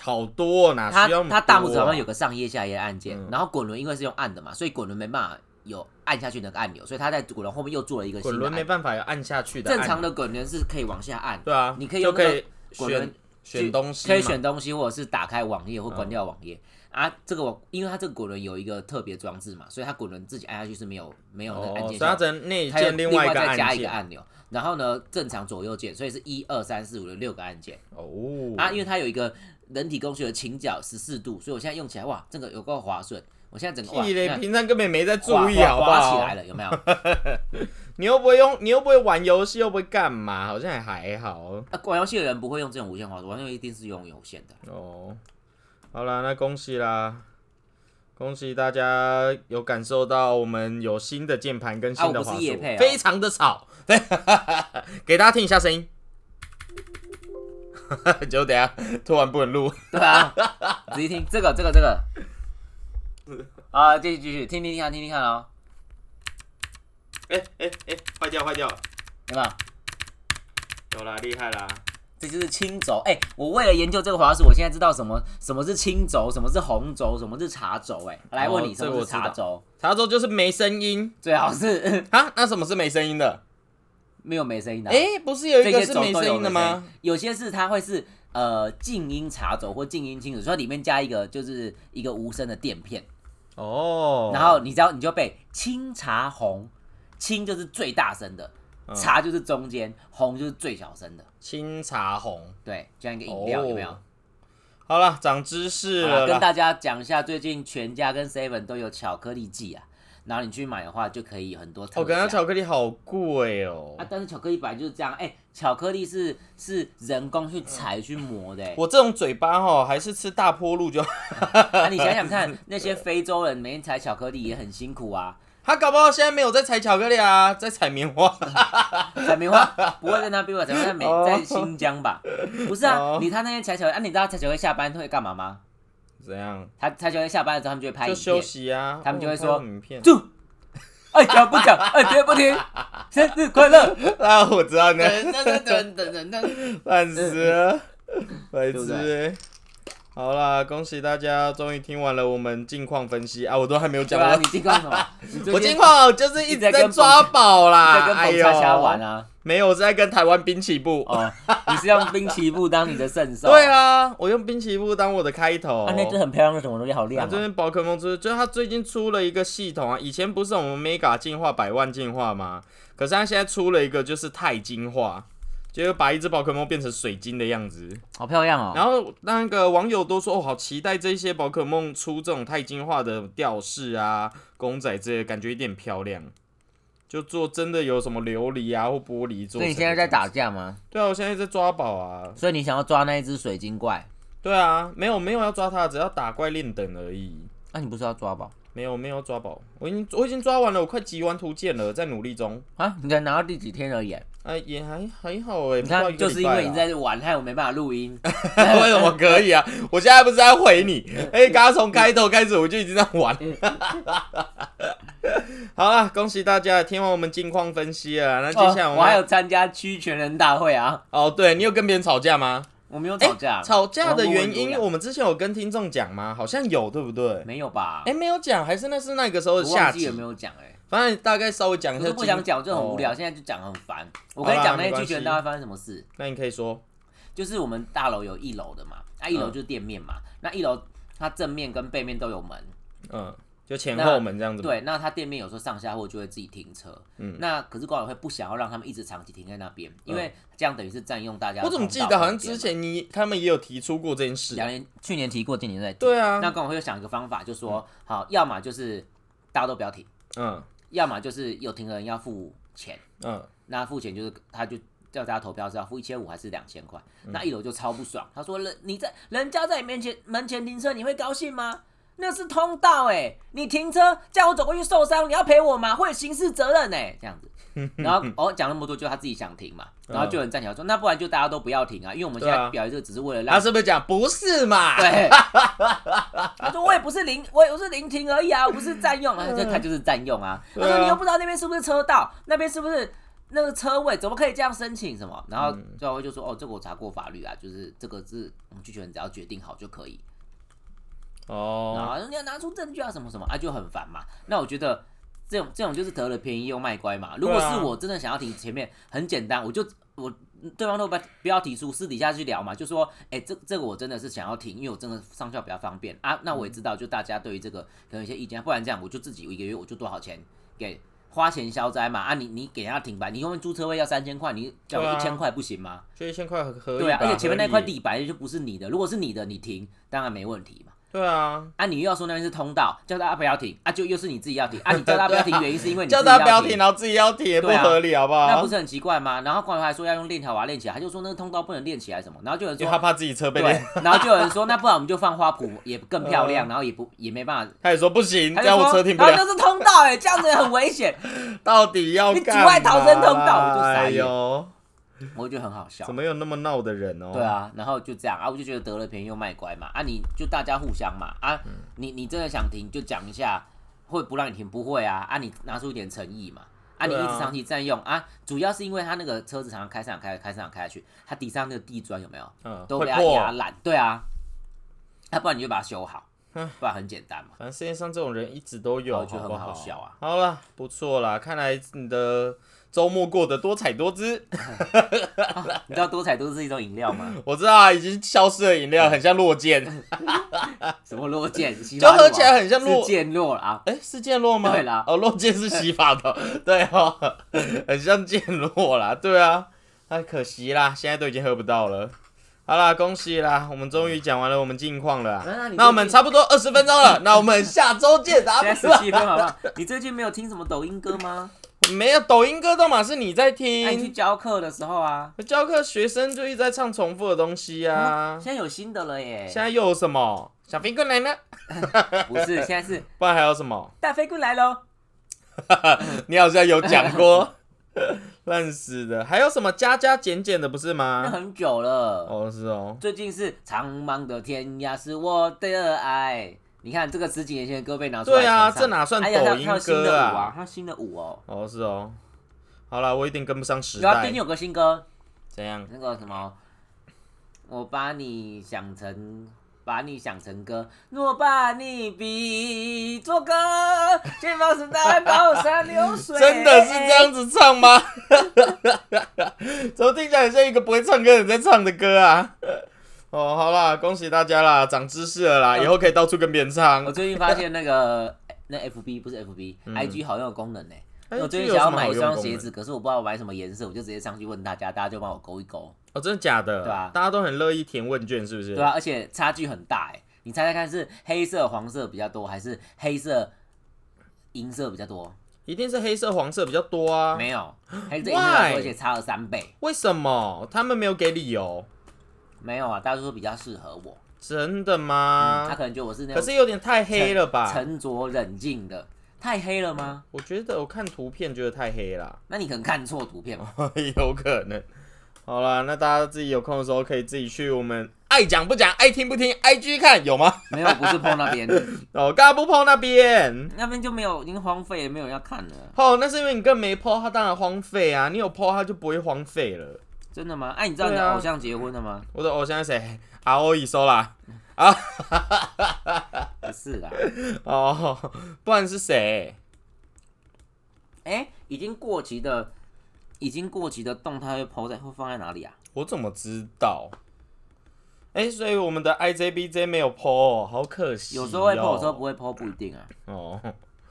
Speaker 1: 好多、哦、哪
Speaker 2: 它
Speaker 1: 需要那么
Speaker 2: 它大拇指
Speaker 1: 多啊
Speaker 2: 好像有个上页下页的按键，
Speaker 1: 嗯
Speaker 2: 然后滚轮因为是用按的嘛，所以滚轮没办法有按下去那个按钮，所以它在滚轮后面又做了一个
Speaker 1: 滚
Speaker 2: 新的
Speaker 1: 轮没
Speaker 2: 按。
Speaker 1: 办法有按下去的按
Speaker 2: 正
Speaker 1: 钮，
Speaker 2: 常的滚轮是可以往下按，
Speaker 1: 对啊，
Speaker 2: 你可以
Speaker 1: 就
Speaker 2: 用那
Speaker 1: 可
Speaker 2: 个
Speaker 1: 以
Speaker 2: 滚轮
Speaker 1: 选选东西，嗯
Speaker 2: 可以选。东西或者是打开网页或关掉网页、啊。这个我因为它这个滚轮有一个特别装置嘛，所以它滚轮自己按下去是没有没有那个
Speaker 1: 哦
Speaker 2: 按，
Speaker 1: 所
Speaker 2: 键
Speaker 1: 以
Speaker 2: 效
Speaker 1: 它
Speaker 2: 果，
Speaker 1: 只能内
Speaker 2: 它有
Speaker 1: 建
Speaker 2: 另
Speaker 1: 外一个
Speaker 2: 再加
Speaker 1: 按
Speaker 2: 一个
Speaker 1: 键。
Speaker 2: 按钮。然后呢，正常左右键，所以是一二三四五的六个按键。
Speaker 1: 哦，
Speaker 2: 啊，因为它有一个人体工学的倾角十四度，所以我现在用起来哇，这个有够滑顺。我现在整个哇，
Speaker 1: 屁
Speaker 2: 你
Speaker 1: 嘞，
Speaker 2: 看
Speaker 1: 平常根本没在注
Speaker 2: 滑
Speaker 1: 意，
Speaker 2: 滑
Speaker 1: 好不
Speaker 2: 滑起
Speaker 1: 好
Speaker 2: 来？了，有 啊没有？
Speaker 1: 你又不会用，你又不会玩游戏，又不会干嘛？好像也还好
Speaker 2: 啊，玩游戏的人不会用这种无线滑鼠，玩游戏一定是用有线的。
Speaker 1: 哦。好啦，那恭喜啦！恭喜大家有感受到我们有新的键盘跟新
Speaker 2: 啊
Speaker 1: 的
Speaker 2: 我不
Speaker 1: 滑
Speaker 2: 是
Speaker 1: 鼠，
Speaker 2: 业配哦
Speaker 1: 非常的吵。 对，给大家听一下声音。 就等一下突然不能录，
Speaker 2: 对啊，仔细听这个这个这 个，啊，继续继续听听看听听看哦，
Speaker 1: 哎哎哎，坏掉坏掉了，
Speaker 2: 有没有？
Speaker 1: 有啦，厉害啦！
Speaker 2: 这就是青轴，哎、我为了研究这个滑鼠，我现在知道什么什么是青轴，什么是红轴，什么是茶轴、哎，来问你
Speaker 1: 哦
Speaker 2: 什
Speaker 1: 这个
Speaker 2: 么
Speaker 1: 我
Speaker 2: 是
Speaker 1: 知道
Speaker 2: 茶轴？
Speaker 1: 茶州就是没声音
Speaker 2: 最好是
Speaker 1: 啊？那什么是没声音的？
Speaker 2: 没有没声音的。啊
Speaker 1: 哎、不是有一
Speaker 2: 这
Speaker 1: 个
Speaker 2: 些
Speaker 1: 是
Speaker 2: 轴
Speaker 1: 没
Speaker 2: 都
Speaker 1: 声
Speaker 2: 有
Speaker 1: 音的
Speaker 2: 声
Speaker 1: 吗？
Speaker 2: 音？有些是它会是呃静音茶轴或静音青轴，所以里面加一个就是一个无声的垫片，
Speaker 1: 哦，
Speaker 2: 然后你知道你就被青茶红，青就是最大声的，
Speaker 1: 嗯
Speaker 2: 茶就是中间，红就是最小声的。
Speaker 1: 清茶红，
Speaker 2: 对，这样一个饮料、
Speaker 1: 哦啊
Speaker 2: 有没有？
Speaker 1: 好了，长知识
Speaker 2: 好
Speaker 1: 了
Speaker 2: 啦
Speaker 1: 啦哦
Speaker 2: 跟大家讲一下，最近全家跟 Seven 都有巧克力季啊，然后你去买的话就可以很多特
Speaker 1: 哦，刚刚
Speaker 2: 价。
Speaker 1: 巧克力好贵哦、
Speaker 2: 啊，但是巧克力本来就是这样，哎、巧克力是是人工去裁去磨的、哎
Speaker 1: 我这种嘴巴哦，还是吃大坡路就。
Speaker 2: 啊，你想想看，那些非洲人每天采巧克力也很辛苦啊，
Speaker 1: 他搞不好现在没有在采巧克力啊，在采棉花。
Speaker 2: 采棉花不会在那边吧？采棉花在美
Speaker 1: 哦
Speaker 2: 在新疆 吧？不是啊
Speaker 1: 哦，
Speaker 2: 你他那天采巧克力，啊，你知道采巧克力下班会干嘛吗？
Speaker 1: 怎样？
Speaker 2: 他采巧克力下班的时候，他们就会拍
Speaker 1: 就
Speaker 2: 影
Speaker 1: 休
Speaker 2: 片，
Speaker 1: 息啊。
Speaker 2: 他们就会说
Speaker 1: 我有看到影片。
Speaker 2: 住，爱讲不讲，爱听不听，生日快乐，
Speaker 1: 啊，我知道呢，
Speaker 2: 等等等等等等，
Speaker 1: 烂死了，啊白
Speaker 2: 对
Speaker 1: 痴
Speaker 2: 不
Speaker 1: 欸。好啦，恭喜大家终于听完了我们近况分析啊！我都还没有
Speaker 2: 对
Speaker 1: 讲
Speaker 2: 吧？
Speaker 1: 完
Speaker 2: 你，近况什么？你最
Speaker 1: 我
Speaker 2: 近
Speaker 1: 近况就是一直在抓宝
Speaker 2: 在
Speaker 1: 啦，
Speaker 2: 跟
Speaker 1: 哎
Speaker 2: 彭
Speaker 1: 呦，
Speaker 2: 恰恰玩啊？
Speaker 1: 没有，我是在跟台湾滨崎步。
Speaker 2: 哦，你是用滨崎步当你的 圣手？
Speaker 1: 对，啊，我用滨崎步当我的开头。
Speaker 2: 啊，那只很漂亮的什么东西，好
Speaker 1: 啊
Speaker 2: 亮
Speaker 1: 最
Speaker 2: 哦。
Speaker 1: 近宝可梦就是，就是它最近出了一个系统啊，以前不是我们 Mega 进化百万进化吗？可是它现在出了一个就是钛金化，就是把一只宝可梦变成水晶的样子。
Speaker 2: 好漂亮哦。
Speaker 1: 然后那个网友都说，哦，好期待这些宝可梦出这种钛金化的吊饰啊、公仔之类的，感觉有点漂亮。就做真的有什么琉璃啊或玻璃做成的这样子。
Speaker 2: 所以你现在在打架吗？
Speaker 1: 对啊，我现在在抓宝啊。
Speaker 2: 所以你想要抓那一只水晶怪？
Speaker 1: 对啊，没有没有要抓它，只要打怪练等而已。
Speaker 2: 那、啊你不是要抓宝
Speaker 1: 没有没有要抓宝，我已经我已经抓完了，我快集完图鉴了，在努力中。
Speaker 2: 啊？你才拿到第几天而已？
Speaker 1: 哎、也还还好哎、
Speaker 2: 你
Speaker 1: 不到
Speaker 2: 看，
Speaker 1: 一个
Speaker 2: 就是
Speaker 1: 礼
Speaker 2: 因
Speaker 1: 拜
Speaker 2: 为你
Speaker 1: 啦。
Speaker 2: 在这玩，害我没办法录 音。
Speaker 1: 为什么可以啊？我现在不是在回你， 哎、刚刚从开头开始我就已经在玩。好啦，恭喜大家听完我们近况分析了啦。那接下来
Speaker 2: 哦
Speaker 1: 我
Speaker 2: 我
Speaker 1: 们
Speaker 2: 还
Speaker 1: 要、
Speaker 2: 有参加区全人大会啊，
Speaker 1: 哦，对你有跟别人吵架吗？
Speaker 2: 我没有吵架，
Speaker 1: 吵架的原
Speaker 2: 啊我
Speaker 1: 因，
Speaker 2: 我
Speaker 1: 我们之前有跟听众讲吗？好像有，对不对？
Speaker 2: 没有吧？
Speaker 1: 哎，没有讲，还是那是那个时候
Speaker 2: 我
Speaker 1: 的下
Speaker 2: 啊忘记
Speaker 1: 集
Speaker 2: 有。没有讲哎、
Speaker 1: 反正大概稍微讲一
Speaker 2: 可
Speaker 1: 下。
Speaker 2: 是不想讲，就很无聊。
Speaker 1: 哦
Speaker 2: 现在就讲很烦。我
Speaker 1: 好啦
Speaker 2: 跟你讲那
Speaker 1: 没
Speaker 2: 些
Speaker 1: 关
Speaker 2: 拒绝
Speaker 1: 系
Speaker 2: 大概发生什么事，
Speaker 1: 那你可以说，
Speaker 2: 就是我们大楼有一楼的嘛，啊那、一楼
Speaker 1: 嗯
Speaker 2: 就是店面嘛，那一楼它正面跟背面都有门，
Speaker 1: 嗯，就前
Speaker 2: 那
Speaker 1: 后门这样子。，
Speaker 2: 对，那他店面有时候上下货就会自己停车，
Speaker 1: 嗯
Speaker 2: 那可是管委会不想要让他们一直长期停在那边，因为这样等于是占用大家的
Speaker 1: 我
Speaker 2: 通道空
Speaker 1: 怎么
Speaker 2: 间
Speaker 1: 记
Speaker 2: 嘛。
Speaker 1: 得好像之前你他们也有提出过这件事
Speaker 2: 两。年去年提过，今年再提。
Speaker 1: 对啊，
Speaker 2: 那管委会又想一个方法，就说好，要么就是大家都不要停，
Speaker 1: 嗯
Speaker 2: 要么就是有停的人要付钱，
Speaker 1: 嗯，
Speaker 2: 那付钱就是他就。叫大家投票是要付一千五还是两千块？
Speaker 1: 嗯
Speaker 2: 那一楼就超不爽，他说：“人你在人家在你面前门前停车，你会高兴吗？那是通道哎、你停车叫我走过去受伤，你要赔我吗？会有刑事责任哎、这样子。然 后哦讲那么多，就他自己想停嘛，然后就有人站起来说：那不然就大家都不要停啊，因为我们现
Speaker 1: 嗯对
Speaker 2: 在
Speaker 1: 啊
Speaker 2: 表演这个只是为了让
Speaker 1: 他是不是讲不是嘛？
Speaker 2: 对， 他说我也不是聆，我我是聆听而已啊，我不是占用啊，他就他就是占用啊。他
Speaker 1: 嗯对啊
Speaker 2: 说你又不知道那边是不是车道，那边是不是那个车位，怎么可以这样申请什么？然
Speaker 1: 嗯
Speaker 2: 后最后就说哦，这个我查过法律啊，就是这个是我们拒绝人只要决定好就可以，然
Speaker 1: 哦，
Speaker 2: 后你要拿出证据啊什么什么啊，就很烦嘛。那我觉得。这种这种就是得了便宜又卖乖嘛。如果
Speaker 1: 对啊
Speaker 2: 是我真的想要提前面，很简单，我就我对方都不要不要提出，私底下去聊嘛，就说，哎、这这个我真的是想要停，因为我真的上校比较方便啊。那
Speaker 1: 嗯
Speaker 2: 我也知道，就大家对于这个可能有一些意见，啊不然这样我就自己一个月我就多少钱给花钱消灾嘛啊你，你给他停吧，你因为租车位要三千块，你缴
Speaker 1: 对啊
Speaker 2: 一千块不行吗？
Speaker 1: 就一千块合合理
Speaker 2: 对啊，
Speaker 1: 吧
Speaker 2: 而且前面那块，
Speaker 1: 合理
Speaker 2: 地白就不是你的，如果是你的，你停当然没问题嘛。
Speaker 1: 对啊，
Speaker 2: 啊，你又要说那边是通道，叫大家不要停啊，就又是你自己要停啊，你叫大家不要
Speaker 1: 对
Speaker 2: 停，
Speaker 1: 啊
Speaker 2: 原因是因为你
Speaker 1: 叫
Speaker 2: 自己
Speaker 1: 大家不要
Speaker 2: 停
Speaker 1: 停，，然后自己要停，也不
Speaker 2: 对啊
Speaker 1: 合理，好不
Speaker 2: 那
Speaker 1: 好
Speaker 2: 不？是很奇怪吗？然后管委会还说要用链条把它链起来，他就说那个通道不能链起来什么，然后就有人
Speaker 1: 因
Speaker 2: 说
Speaker 1: 为他怕自己车被
Speaker 2: 对
Speaker 1: 连，，
Speaker 2: 然后就有人说，那不然我们就放花圃也更漂亮，然后也不也没办法。
Speaker 1: 他也说不行，
Speaker 2: 他
Speaker 1: 这
Speaker 2: 就
Speaker 1: 样我车
Speaker 2: 说，然
Speaker 1: 停不
Speaker 2: 后
Speaker 1: 了。
Speaker 2: 这是通道哎、这样子也很危险，
Speaker 1: 到底要
Speaker 2: 你阻
Speaker 1: 干
Speaker 2: 碍逃生通道
Speaker 1: 嘛
Speaker 2: 我就傻眼
Speaker 1: 哎呦，
Speaker 2: 我觉得很好笑
Speaker 1: 怎。么有那么闹的人哦？
Speaker 2: 对，啊，然后就这样啊，我就觉得得了便宜又卖乖嘛啊，你就大家互相嘛啊，
Speaker 1: 嗯
Speaker 2: 你你真的想停就讲一下，会不让你停不会啊啊，你拿出一点诚意嘛啊，你
Speaker 1: 对
Speaker 2: 一
Speaker 1: 啊
Speaker 2: 直长期占用啊，主要是因为他那个车子常常开上开开上开下去，他底上那个地砖有没有
Speaker 1: 嗯，
Speaker 2: 都
Speaker 1: 会
Speaker 2: 被他
Speaker 1: 破
Speaker 2: 压烂？对啊，啊，不然你就把它修好，不然很简单嘛。
Speaker 1: 反正世界上这种人一直都有，
Speaker 2: 我觉得
Speaker 1: 不
Speaker 2: 很好
Speaker 1: 嗯好
Speaker 2: 笑啊。
Speaker 1: 好了，不错啦，看来你的周末过得多彩多姿。
Speaker 2: 你知道多彩多姿是一种饮料吗？
Speaker 1: 我知道啊，已经消失的饮料很像落
Speaker 2: 嗯
Speaker 1: 剑，
Speaker 2: 什么落剑？就
Speaker 1: 就喝起来很像落
Speaker 2: 是剑落了啊！
Speaker 1: 哎、是剑落吗？
Speaker 2: 对啦
Speaker 1: 哦，落剑是洗发 的，对哦， 很像剑落啦，对啊，哎，可惜啦，现在都已经喝不到了。好啦，恭喜啦，我们终于讲完了我们近况了啊、
Speaker 2: 啊你
Speaker 1: 那我们
Speaker 2: 最近
Speaker 1: 差不多二十分钟 了，那我们下周见，大家
Speaker 2: 现在十七分好不好？你最近没有听什么抖音歌吗？
Speaker 1: 没有抖音歌都嘛是你在
Speaker 2: 那哎你去
Speaker 1: 听，
Speaker 2: 教课的时候啊，
Speaker 1: 教课学生就一直在唱重复的东西啊。
Speaker 2: 现在有新的了耶！
Speaker 1: 现在又有什么？小飞过来呢？
Speaker 2: 不是，现在 是
Speaker 1: 不然还有什么？
Speaker 2: 大飞棍来喽。
Speaker 1: 你好像有讲 过， 烂死的。还有什么加加减减的不是
Speaker 2: 那
Speaker 1: 吗？
Speaker 2: 很久了，
Speaker 1: 哦，是哦。
Speaker 2: 最近是苍茫的天涯是我的爱。你看这个十几年前的歌被拿出来
Speaker 1: 对啊，
Speaker 2: 重唱
Speaker 1: 这哪算
Speaker 2: 哎呀，他
Speaker 1: 抖
Speaker 2: 有
Speaker 1: 音
Speaker 2: 他有新
Speaker 1: 歌
Speaker 2: 的舞啊
Speaker 1: 啊？，
Speaker 2: 他有新的舞哦。
Speaker 1: 哦，是哦。好了，我一定跟不上时
Speaker 2: 然后最
Speaker 1: 代
Speaker 2: 近。有个新歌，
Speaker 1: 怎样？
Speaker 2: 那个什么，我把你想成，把你想成歌，若把你比作歌，前方是 大高山流水。
Speaker 1: 真的是这样子唱吗？ 怎么听起来很像一个不会唱歌的人在唱的歌啊？哦，好啦，恭喜大家啦，长知识了啦，以后可以到处跟别
Speaker 2: 嗯我
Speaker 1: 人唱。
Speaker 2: 最近发现那个那 FB 不是 FB，IG、
Speaker 1: 嗯
Speaker 2: IG 好像有功能呢、
Speaker 1: 哎
Speaker 2: 我最近
Speaker 1: 这有
Speaker 2: 想
Speaker 1: 什
Speaker 2: 要
Speaker 1: 么
Speaker 2: 买
Speaker 1: 好
Speaker 2: 一
Speaker 1: 用
Speaker 2: 双
Speaker 1: 功
Speaker 2: 鞋
Speaker 1: 的
Speaker 2: 子，可是我不知道买什么颜色，我就直接上去问大家，大家就帮我勾一勾，
Speaker 1: 哦，真的假的？
Speaker 2: 对啊
Speaker 1: 大家都很乐意填问卷，是不是？
Speaker 2: 对啊，而且差距很大哎、你猜猜看是黑色、黄色比较多，还是黑色、银色比较多？
Speaker 1: 一定是黑色、黄色比较多啊。
Speaker 2: 没有，黑色、银色比较
Speaker 1: Why？
Speaker 2: 多，而且差了三倍。
Speaker 1: 为什么他们没有给理由？
Speaker 2: 没有啊，大家都说比较适合我，
Speaker 1: 真的
Speaker 2: 嗯他、
Speaker 1: 吗？
Speaker 2: 可能觉得我是那
Speaker 1: 啊可
Speaker 2: 种
Speaker 1: 是有啊点太黑了吧？
Speaker 2: 沉着冷静的，太黑了吗？
Speaker 1: 我觉得我看图片觉得太黑啦，
Speaker 2: 那你可能看错图 片嘛。
Speaker 1: 有可能。好啦，那大家自己有空的时候可以自己去我们爱讲不讲、爱听不听、IG 看有吗？
Speaker 2: 没有，不是碰那边，
Speaker 1: 哦，嘎不碰那边。
Speaker 2: 那边就没有，已经荒废了，没有人要看了。
Speaker 1: 啊哦，那是因为你更没 PO，它当然荒废啊。你有 PO，它就不会荒废了。
Speaker 2: 真的吗？哎、你知道你
Speaker 1: 对
Speaker 2: 的
Speaker 1: 啊
Speaker 2: 偶像结婚了吗？
Speaker 1: 我的偶像是谁？阿欧伊收啦。
Speaker 2: 不是啦，
Speaker 1: 哦，不然是谁？
Speaker 2: 哎、已经过期的，已经过期的动态会抛在会放在哪里啊？
Speaker 1: 我怎么知道？哎、所以我们的 IJBJ 没有 PO，、哦、好可惜、
Speaker 2: 有时候会抛，有时候不
Speaker 1: 会。
Speaker 2: 会抛，不一定啊。
Speaker 1: 哦，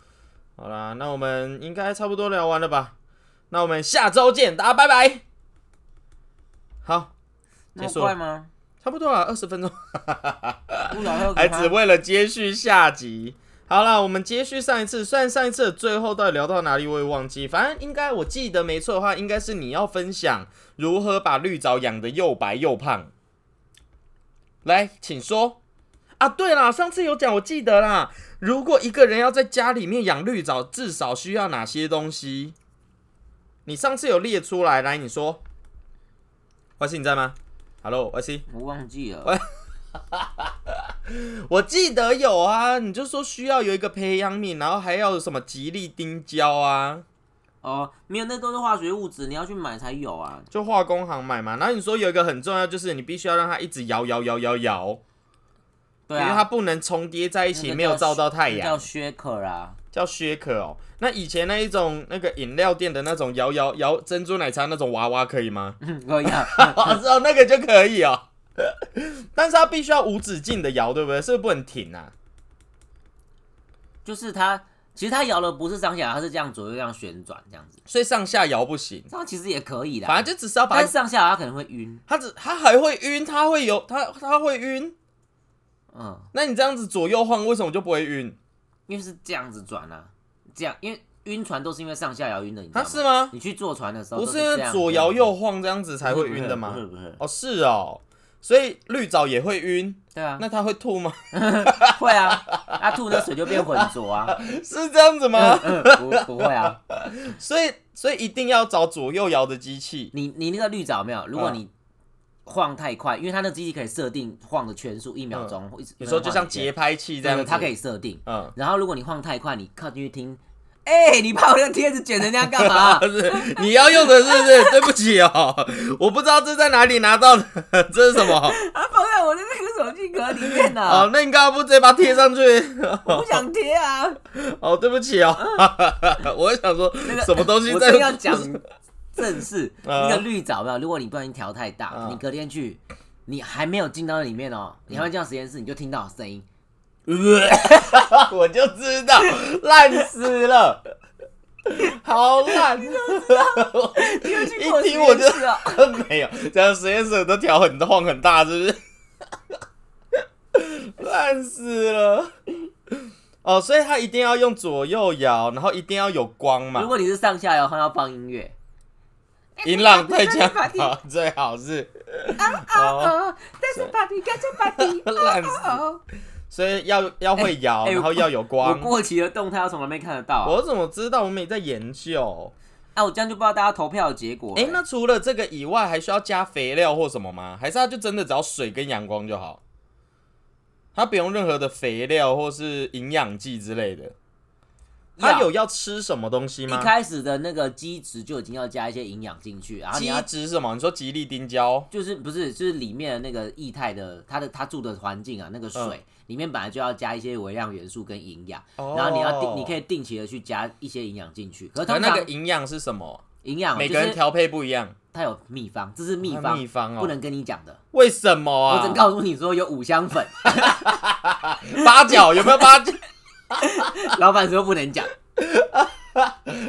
Speaker 1: 好啦，那我们应该差不多聊完了吧？那我们下周见，大家拜拜。好，
Speaker 2: 那么
Speaker 1: 结束
Speaker 2: 快吗？
Speaker 1: 差不多啊了，二十分钟。
Speaker 2: 不然要给
Speaker 1: 还
Speaker 2: 他
Speaker 1: 只为了接续下集。好啦，我们接续上一次，虽然上一次的最后到底聊到哪里我也忘记，反正应该我记得没错的话，应该是你要分享如何把绿藻养得又白又胖。来，请说。啊，对啦，上次有讲，我记得啦。如果一个人要在家里面养绿藻，至少需要哪些东西？你上次有列出来，来，你说。Y C 你在吗？Hello Y C。
Speaker 2: 我忘记了。
Speaker 1: 我记得有啊，你就说需要有一个培养皿，然后还要有什么吉利丁胶啊，
Speaker 2: 哦，没有，那都是化学物质，你要去买才有啊。
Speaker 1: 就化工行买嘛。然后你说有一个很重要，就是你必须要让它一直摇摇摇摇摇，
Speaker 2: 对
Speaker 1: 因为它
Speaker 2: 啊，
Speaker 1: 不能重叠在一
Speaker 2: 那
Speaker 1: 起，
Speaker 2: 个叫
Speaker 1: 没有照到太
Speaker 2: 叫
Speaker 1: 阳，
Speaker 2: 薛可啦。
Speaker 1: 叫薛可哦。那以前那一种那个饮料店的那种摇摇摇珍珠奶茶那种娃娃可以吗？
Speaker 2: 嗯，可以啊。
Speaker 1: 哦，是哦，那个就可以哦。但是它必须要无止境的摇，对不对？是不是不能停啊？
Speaker 2: 就是它，其实它摇的不是上下，它是这样左右这样旋转这样子，
Speaker 1: 所以上下摇不行，
Speaker 2: 这样其实也可以啦。
Speaker 1: 反正就只是要把它
Speaker 2: 但是上下摇它可能会晕。
Speaker 1: 他只他还会晕，他会有他他会晕。
Speaker 2: 嗯，
Speaker 1: 那你这样子左右晃，为什么就不会晕？
Speaker 2: 因为是这样子转啊，这样，因为晕船都是因为上下摇晕的，你知道吗？
Speaker 1: 他啊是吗？
Speaker 2: 你去坐船的时候
Speaker 1: 不
Speaker 2: 都
Speaker 1: 是
Speaker 2: 这
Speaker 1: 因
Speaker 2: 样，
Speaker 1: 为左摇右晃这样子才会晕
Speaker 2: 不
Speaker 1: 的
Speaker 2: 是
Speaker 1: 吗？
Speaker 2: 不是，
Speaker 1: 哦，是哦，所以绿藻也会晕，
Speaker 2: 对啊，
Speaker 1: 那他会吐吗？
Speaker 2: 会啊，那吐的水就变浑浊啊，
Speaker 1: 是这样子吗？
Speaker 2: 嗯不不会啊，
Speaker 1: 所以所以一定要找左右摇的机器。
Speaker 2: 你你那个绿藻没有？如果
Speaker 1: 嗯
Speaker 2: 你晃太快，因为它那机器可以设定晃的圈数，一秒钟，一直
Speaker 1: 你说就像节拍器
Speaker 2: 对
Speaker 1: 这样子，
Speaker 2: 对它可以设定。
Speaker 1: 嗯，
Speaker 2: 然后如果你晃太快，你靠近去听，哎、你把我那个贴纸卷成那样干嘛
Speaker 1: 不？是你要用的是不 是？对不起哦，我不知道这在哪里拿到的，这是什么？
Speaker 2: 它啊放在我的那个手机壳里面呢、
Speaker 1: 哦，那你干嘛不直接把它贴上去？
Speaker 2: 我不想贴啊。
Speaker 1: 哦，对不起哦， 我想说
Speaker 2: 个
Speaker 1: 什么东西
Speaker 2: 我
Speaker 1: 在
Speaker 2: 真要讲正事，
Speaker 1: 啊
Speaker 2: 那个绿藻没有，如果你不小心调太大
Speaker 1: 啊，
Speaker 2: 你隔天去，你还没有进到里面哦，你还没进到实验室，你就听到声音，
Speaker 1: 我就 知道烂死了，好烂，啊
Speaker 2: 你有去
Speaker 1: 嗯一
Speaker 2: 过实
Speaker 1: 听我
Speaker 2: 验
Speaker 1: 就
Speaker 2: 室啊？
Speaker 1: 没有，这样实验室都调很晃很大，是 不是？烂死了。哦，所以它一定要用左右摇，然后一定要有光
Speaker 2: 如
Speaker 1: 嘛，
Speaker 2: 果你哎是上下摇，它要放音乐。
Speaker 1: 音浪太强
Speaker 2: Party，
Speaker 1: 好，最好是哦，
Speaker 2: 哦，但是 party，干脆 party，
Speaker 1: 烂死，
Speaker 2: 哦。
Speaker 1: 所以要要会摇，
Speaker 2: 哎哎
Speaker 1: 然后要有
Speaker 2: 我
Speaker 1: 光。
Speaker 2: 过期的动态要从来没看得到啊，
Speaker 1: 我怎么知道？我没在研究。
Speaker 2: 啊，我这样就不知道大家投票的结果了。
Speaker 1: 哎、那除了这个以外，还需要加肥料或什么吗？还是它就真的只要水跟阳光就好？它不用任何的肥料或是营养剂之类的。它
Speaker 2: 要
Speaker 1: 有要吃什么东西
Speaker 2: 一
Speaker 1: 吗？
Speaker 2: 开始的那个基质就已经要加一些营养进去，然后你
Speaker 1: 基
Speaker 2: 要
Speaker 1: 质是什么？啊你说吉利丁胶？
Speaker 2: 就是不是就是里面的那个液态的，它的它住的环境啊，那个水、
Speaker 1: 嗯
Speaker 2: 里面本来就要加一些微量元素跟营养，
Speaker 1: 哦
Speaker 2: 然后你要定你可以定期的去加一些营养进去。可是
Speaker 1: 可
Speaker 2: 通
Speaker 1: 那个
Speaker 2: 常
Speaker 1: 营养是什么？
Speaker 2: 营养
Speaker 1: 每
Speaker 2: 就
Speaker 1: 个人
Speaker 2: 是
Speaker 1: 调配不一样。
Speaker 2: 它有秘方，这是秘
Speaker 1: 啊
Speaker 2: 方，
Speaker 1: 秘方哦
Speaker 2: 不能跟你讲的。
Speaker 1: 为什么
Speaker 2: 我
Speaker 1: 啊
Speaker 2: 只？能告诉你说有五香 粉，
Speaker 1: 八角有没有八角？
Speaker 2: 老板说不能讲。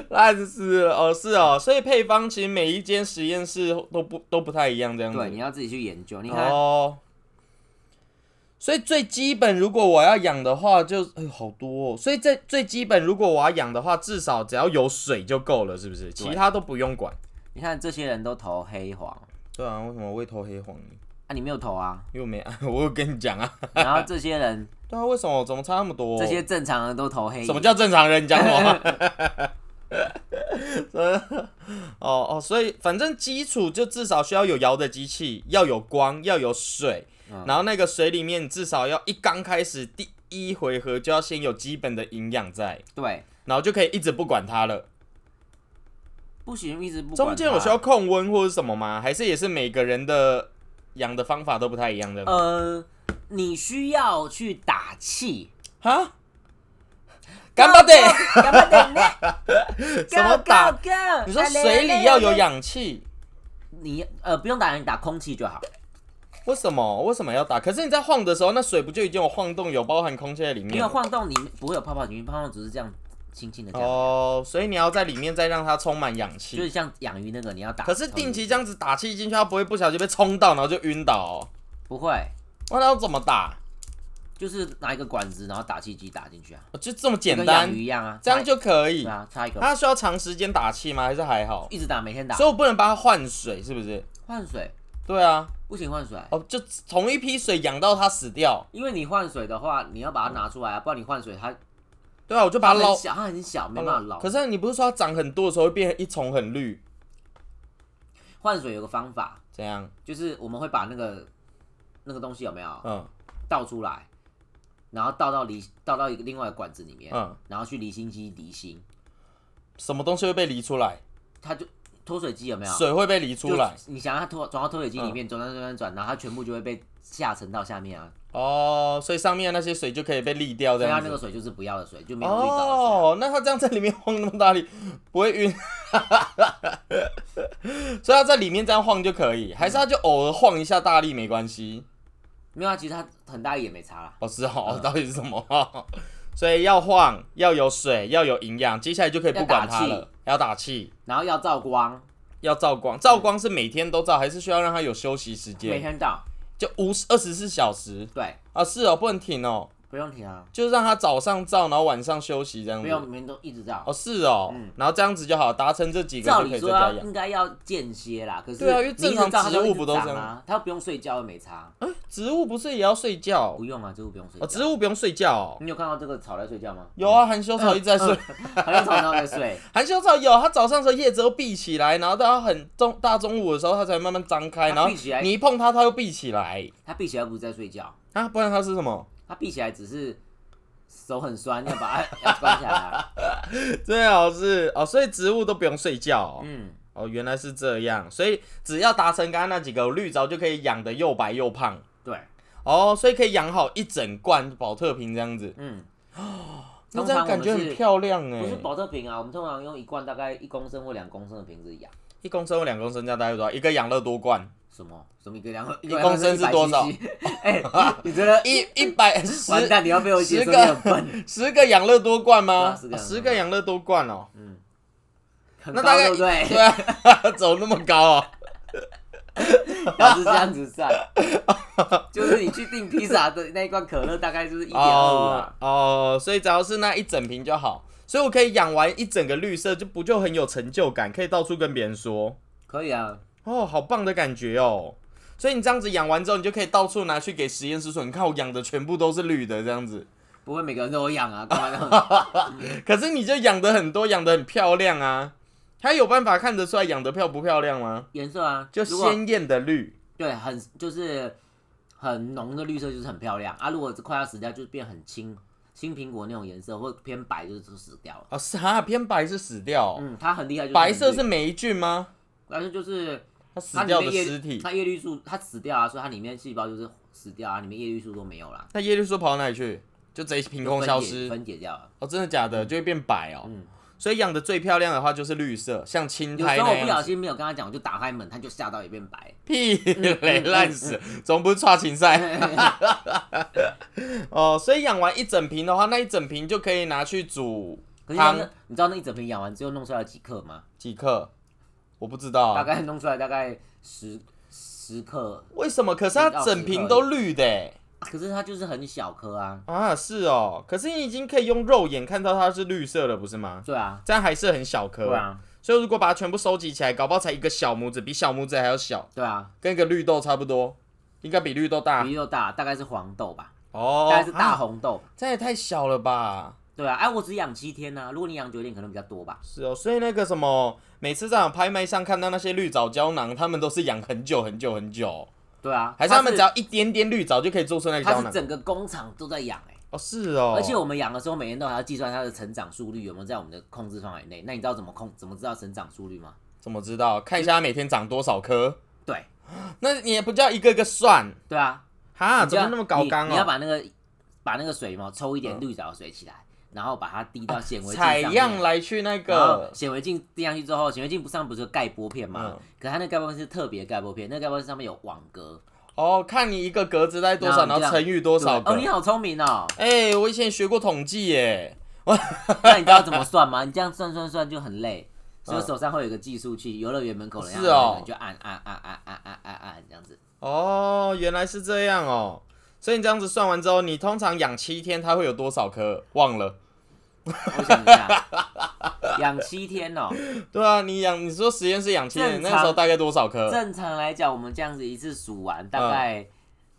Speaker 1: 烂死了哦，是哦，所以配方其实每一间实验室都不都不太一样，这样子。
Speaker 2: 对，你要自己去研究。你看，
Speaker 1: 哦，所以最基本，如果我要养的话就，哎呦好多哦。所以这最基本，如果我要养的话，至少只要有水就够了，是不是？其他都不用管。
Speaker 2: 你看这些人都投黑黄，
Speaker 1: 对啊，为什么我会投黑黄呢？
Speaker 2: 啊，你没有投啊。
Speaker 1: 因为我没， 我有跟你讲啊。
Speaker 2: 然后这些人，
Speaker 1: 对啊，为什么？怎么差那么多？
Speaker 2: 这些正常人都投黑。
Speaker 1: 哦什么叫正常人？你讲什 么？哦哦，所以反正基础就至少需要有摇的机器，要有光，要有水，
Speaker 2: 嗯
Speaker 1: 然后那个水里面至少要一刚开始第一回合就要先有基本的营养在，
Speaker 2: 对，
Speaker 1: 然后就可以一直不管它了。
Speaker 2: 不行，一直不管啊
Speaker 1: 中间有
Speaker 2: 它
Speaker 1: 需要控温或者什么吗？还是也是每个人的养的方法都不太一样的？
Speaker 2: 呃，你需要去打气，
Speaker 1: 哈，干巴得，
Speaker 2: 干巴得呢？
Speaker 1: 什么打
Speaker 2: Go, go, go！
Speaker 1: 你说水里要有，氧气，
Speaker 2: 你呃不用打人，你打空气就好，
Speaker 1: 为什么？为什么要打？可是你在晃的时候，那水不就已经有晃动，有包含空气在里
Speaker 2: 因
Speaker 1: 面
Speaker 2: 为
Speaker 1: 了？
Speaker 2: 晃动你不会有泡泡进去，泡泡只是这样轻轻的这样，
Speaker 1: 哦，所以你要在里面再让它充满氧
Speaker 2: 就是
Speaker 1: 气。
Speaker 2: 像养鱼那个你要打。
Speaker 1: 可是定期这样子打气进去，它不会不小心被冲到，然后就晕倒、哦。
Speaker 2: 不会，
Speaker 1: 哇那要怎么打？
Speaker 2: 就是拿一个管子，然后打气机打进去啊，
Speaker 1: 就这么简
Speaker 2: 就跟养
Speaker 1: 单
Speaker 2: 鱼，一样啊，
Speaker 1: 这样
Speaker 2: 插
Speaker 1: 就可以
Speaker 2: 对。啊，插一个
Speaker 1: 它需要长时间打气吗？还是还好？
Speaker 2: 一直打，每天打
Speaker 1: 所以我不能把它换水，是不是？
Speaker 2: 换水
Speaker 1: 对啊，
Speaker 2: 不行换水。
Speaker 1: 哦，就同一批水养到它死掉。
Speaker 2: 因为你换水的话，你要把它拿出来啊，不然你换水它
Speaker 1: 对啊，我就把
Speaker 2: 它
Speaker 1: 它捞嗯
Speaker 2: 很。小，它很小，没办法捞。
Speaker 1: 可是你不是说它长很多的时候会变一丛很绿？
Speaker 2: 换水有个方法，
Speaker 1: 怎样？
Speaker 2: 就是我们会把那个那个东西有没有
Speaker 1: 嗯
Speaker 2: 倒出来，然后倒到离倒到一个另外一个管子里面，
Speaker 1: 嗯，
Speaker 2: 然后去离心机离心，
Speaker 1: 什么东西会被离出来？
Speaker 2: 它就脱水机有没有？
Speaker 1: 水会被离出来。嗯
Speaker 2: 就你想让它脱转到脱水机里面，转转转转转，然后它全部就会被下沉到下面啊，
Speaker 1: 哦，所以上面的那些水就可以被沥掉，这
Speaker 2: 所以它
Speaker 1: 样
Speaker 2: 那个
Speaker 1: 子。
Speaker 2: 水就是不要的水，就没有遇到的水。
Speaker 1: 哦，那它这样在里面晃那么大力， 不会晕？所以它在里面这样晃就可以，还是它就偶尔晃一下大力没关系？
Speaker 2: 没有啊，其实它很大力也没差啦。
Speaker 1: 哦，是哦，到底是什么？所以要晃，要有水，要有营养，接下来就可以不管它了。要打气，
Speaker 2: 然后要照光，
Speaker 1: 要照光，照光是每天都照，还是需要让它有休息时
Speaker 2: 每
Speaker 1: 间？
Speaker 2: 天照，
Speaker 1: 就五二十四小时
Speaker 2: 对，
Speaker 1: 啊，是哦，不能停哦，
Speaker 2: 不用停啊，
Speaker 1: 就是让它早上照，然后晚上休息这样
Speaker 2: 不用
Speaker 1: 子。
Speaker 2: 每天都一直照。
Speaker 1: 哦，是哦，
Speaker 2: 嗯
Speaker 1: 然后这样子就好，达成这几个
Speaker 2: 照理
Speaker 1: 就可以在
Speaker 2: 说啊
Speaker 1: 家
Speaker 2: 要
Speaker 1: 养。
Speaker 2: 应该要间歇啦，可是
Speaker 1: 对啊因为正常
Speaker 2: 你一直照它就
Speaker 1: 植物
Speaker 2: 一直
Speaker 1: 不都这样
Speaker 2: 长啊？它不用睡觉又没差，
Speaker 1: 植物不是也要睡觉？
Speaker 2: 不用啊，植物不用睡觉。
Speaker 1: 哦，植物不用睡觉哦。
Speaker 2: 你有看到这个草在睡觉吗？
Speaker 1: 有啊，含羞草一直在
Speaker 2: 嗯
Speaker 1: 睡，
Speaker 2: 好像常常在睡，
Speaker 1: 含羞草有，它早上的时候叶子都闭起来，然后到它很中大中午的时候，它才慢慢张开，
Speaker 2: 它
Speaker 1: 然后
Speaker 2: 闭起来
Speaker 1: 你一碰它，它又闭起来
Speaker 2: 它闭起来不是在睡觉，
Speaker 1: 啊，不然它是什 么？
Speaker 2: 它闭起来只是手很酸，要把它要关起来啊。
Speaker 1: 最好是哦，所以植物都不用睡觉 哦，
Speaker 2: 嗯，
Speaker 1: 哦原来是这样，所以只要达成刚刚那几个绿藻，就可以养的又白又胖
Speaker 2: 对，
Speaker 1: 哦，所以可以养好一整罐保特瓶这样子，
Speaker 2: 嗯，
Speaker 1: 那
Speaker 2: 通
Speaker 1: 这样
Speaker 2: 常我
Speaker 1: 感
Speaker 2: 们
Speaker 1: 觉很
Speaker 2: 是
Speaker 1: 漂亮哎
Speaker 2: 不，是保特瓶啊，我们通常用一罐大概一公升或两公升的瓶子养。
Speaker 1: 一公升或两公升这样大概多少？一个养乐多罐，
Speaker 2: 什么什么一个两
Speaker 1: 一公升是多少？
Speaker 2: 一个两升100 cc 哎，你真的
Speaker 1: 一一百哎
Speaker 2: 完
Speaker 1: 十
Speaker 2: 蛋，你要被我姐
Speaker 1: 十
Speaker 2: 说
Speaker 1: 个
Speaker 2: 你很笨，
Speaker 1: 十个养乐多罐吗？
Speaker 2: 对啊
Speaker 1: 十
Speaker 2: 十
Speaker 1: 个
Speaker 2: 个
Speaker 1: 养乐多罐哦，
Speaker 2: 嗯，很
Speaker 1: 那
Speaker 2: 高
Speaker 1: 大概
Speaker 2: 对不对？
Speaker 1: 对啊，走那么高哦。
Speaker 2: 要是这样子 算，就是你去订披萨的那一罐可乐，大概就是一点二五
Speaker 1: 哦
Speaker 2: 啊。
Speaker 1: 哦，所以只要是那一整瓶就好，所以我可以养完一整个绿色，就不就很有成就感，可以到处跟别人说，
Speaker 2: 可以啊，
Speaker 1: 哦，好棒的感觉哦。所以你这样子养完之后，你就可以到处拿去给实验室说，你看我养的全部都是绿的这样子。
Speaker 2: 不会每个人都有养啊，干嘛这 样？
Speaker 1: 可是你就养的很多，养的很漂亮啊。他有办法看得出来养的漂不漂亮吗？
Speaker 2: 颜色啊，
Speaker 1: 就
Speaker 2: 如果
Speaker 1: 鲜艳的绿
Speaker 2: 对，很就是很浓的绿色就是很漂亮啊。如果快要死掉，就变很青青苹果那种颜色，或偏白就是就死掉了。
Speaker 1: 哦，是啊，偏白是死掉哦、
Speaker 2: 嗯，它很厉害，就是
Speaker 1: 白色是
Speaker 2: 很绿，
Speaker 1: 霉菌吗？
Speaker 2: 但是就是
Speaker 1: 它死
Speaker 2: 它里
Speaker 1: 掉
Speaker 2: 面
Speaker 1: 的
Speaker 2: 叶
Speaker 1: 尸体。
Speaker 2: 啊它叶绿素它死掉啊，所以它里面细胞就是死掉啊，里面叶绿素都没有啦，
Speaker 1: 那叶绿素跑到哪里去？就直接凭
Speaker 2: 就
Speaker 1: 空
Speaker 2: 分
Speaker 1: 消
Speaker 2: 解
Speaker 1: 失？
Speaker 2: 分解掉了。
Speaker 1: 哦，真的假的？就会变白哦。
Speaker 2: 嗯
Speaker 1: 所以养的最漂亮的话就是绿色，像青
Speaker 2: 有
Speaker 1: 苔
Speaker 2: 时候
Speaker 1: 那
Speaker 2: 我不小
Speaker 1: 样子。
Speaker 2: 心嗯没有跟他讲，我就打开门，他就吓到也变白。
Speaker 1: 屁嘞，烂死！总不是刷芹菜 哦。所以养完一整瓶的话，那一整瓶就可以拿去煮
Speaker 2: 可是
Speaker 1: 汤
Speaker 2: 那你知道那一整瓶养完之后弄出来几克吗？
Speaker 1: 几克？我不知道
Speaker 2: 大
Speaker 1: 啊，
Speaker 2: 概弄出来大概十十克，
Speaker 1: 为什么？可是它整瓶都绿的欸
Speaker 2: 可是它就是很小颗啊。
Speaker 1: 啊，是哦。可是你已经可以用肉眼看到它是绿色了，不是吗？
Speaker 2: 对啊，
Speaker 1: 这样还是很小颗。
Speaker 2: 对啊，
Speaker 1: 所以如果把它全部收集起来，搞不好才一个小拇指，比小拇指还要小，
Speaker 2: 对啊，
Speaker 1: 跟一个绿豆差不多，应该比绿豆大
Speaker 2: 比又大，大概是黄豆吧，
Speaker 1: 啊哦
Speaker 2: 大概是大
Speaker 1: 啊
Speaker 2: 红豆。
Speaker 1: 这也太小了吧？
Speaker 2: 对啊，哎，我只养七天啊呐，如果你养九天，可能比较多吧。
Speaker 1: 是哦，所以那个什么，每次在我拍卖上看到那些绿藻胶囊，他们都是养很久很久很久，
Speaker 2: 对啊，
Speaker 1: 还是他们
Speaker 2: 它
Speaker 1: 只要一点点绿藻就可以做出那个胶
Speaker 2: 它是
Speaker 1: 囊？
Speaker 2: 整个工厂都在养哎，
Speaker 1: 哦，是哦，
Speaker 2: 而且我们养的时候，每天都还要计算它的成长速率有没有在我们的控制范围内。那你知道怎么控怎么知道成长速率吗？
Speaker 1: 怎么知道？看一下它每天长多少颗，
Speaker 2: 对
Speaker 1: 那你也不叫一个个算
Speaker 2: 对啊，
Speaker 1: 哈？
Speaker 2: 你
Speaker 1: 怎
Speaker 2: 就要
Speaker 1: 么那么高纲
Speaker 2: 你？
Speaker 1: 哦？
Speaker 2: 你要把那个把那个水嘛抽一点绿藻的水起来，然后把它滴到显微镜
Speaker 1: 采
Speaker 2: 上面
Speaker 1: 样来去那
Speaker 2: 然后
Speaker 1: 个，
Speaker 2: 显微镜滴上去之后，显微镜不上不是有盖玻片吗？
Speaker 1: 嗯
Speaker 2: 可它那个盖玻片是特别盖玻片，那个盖玻片上面有网格
Speaker 1: 哦，看你一个格子在多少，
Speaker 2: 然后
Speaker 1: 然
Speaker 2: 你
Speaker 1: 后
Speaker 2: 这样
Speaker 1: 乘以多少
Speaker 2: 对
Speaker 1: 个
Speaker 2: 哦，你。好聪明哦！
Speaker 1: 哎，我以前学过统计耶。
Speaker 2: 那你知道怎么算吗？你这样算算算就很累，所以手上会有一个计数器，游乐园门口的
Speaker 1: 嗯是哦
Speaker 2: 你就按按按按按按按按这样子。
Speaker 1: 哦，原来是这样哦。所以你这样子算完之后，你通常养七天，它会有多少颗？忘了。
Speaker 2: 我想一下，养七天哦，
Speaker 1: 对啊，你养你说实验室养七天，
Speaker 2: 正
Speaker 1: 那
Speaker 2: 常
Speaker 1: 时候大概多少颗？
Speaker 2: 正常来讲，我们这样子一次数完，
Speaker 1: 呃
Speaker 2: 大概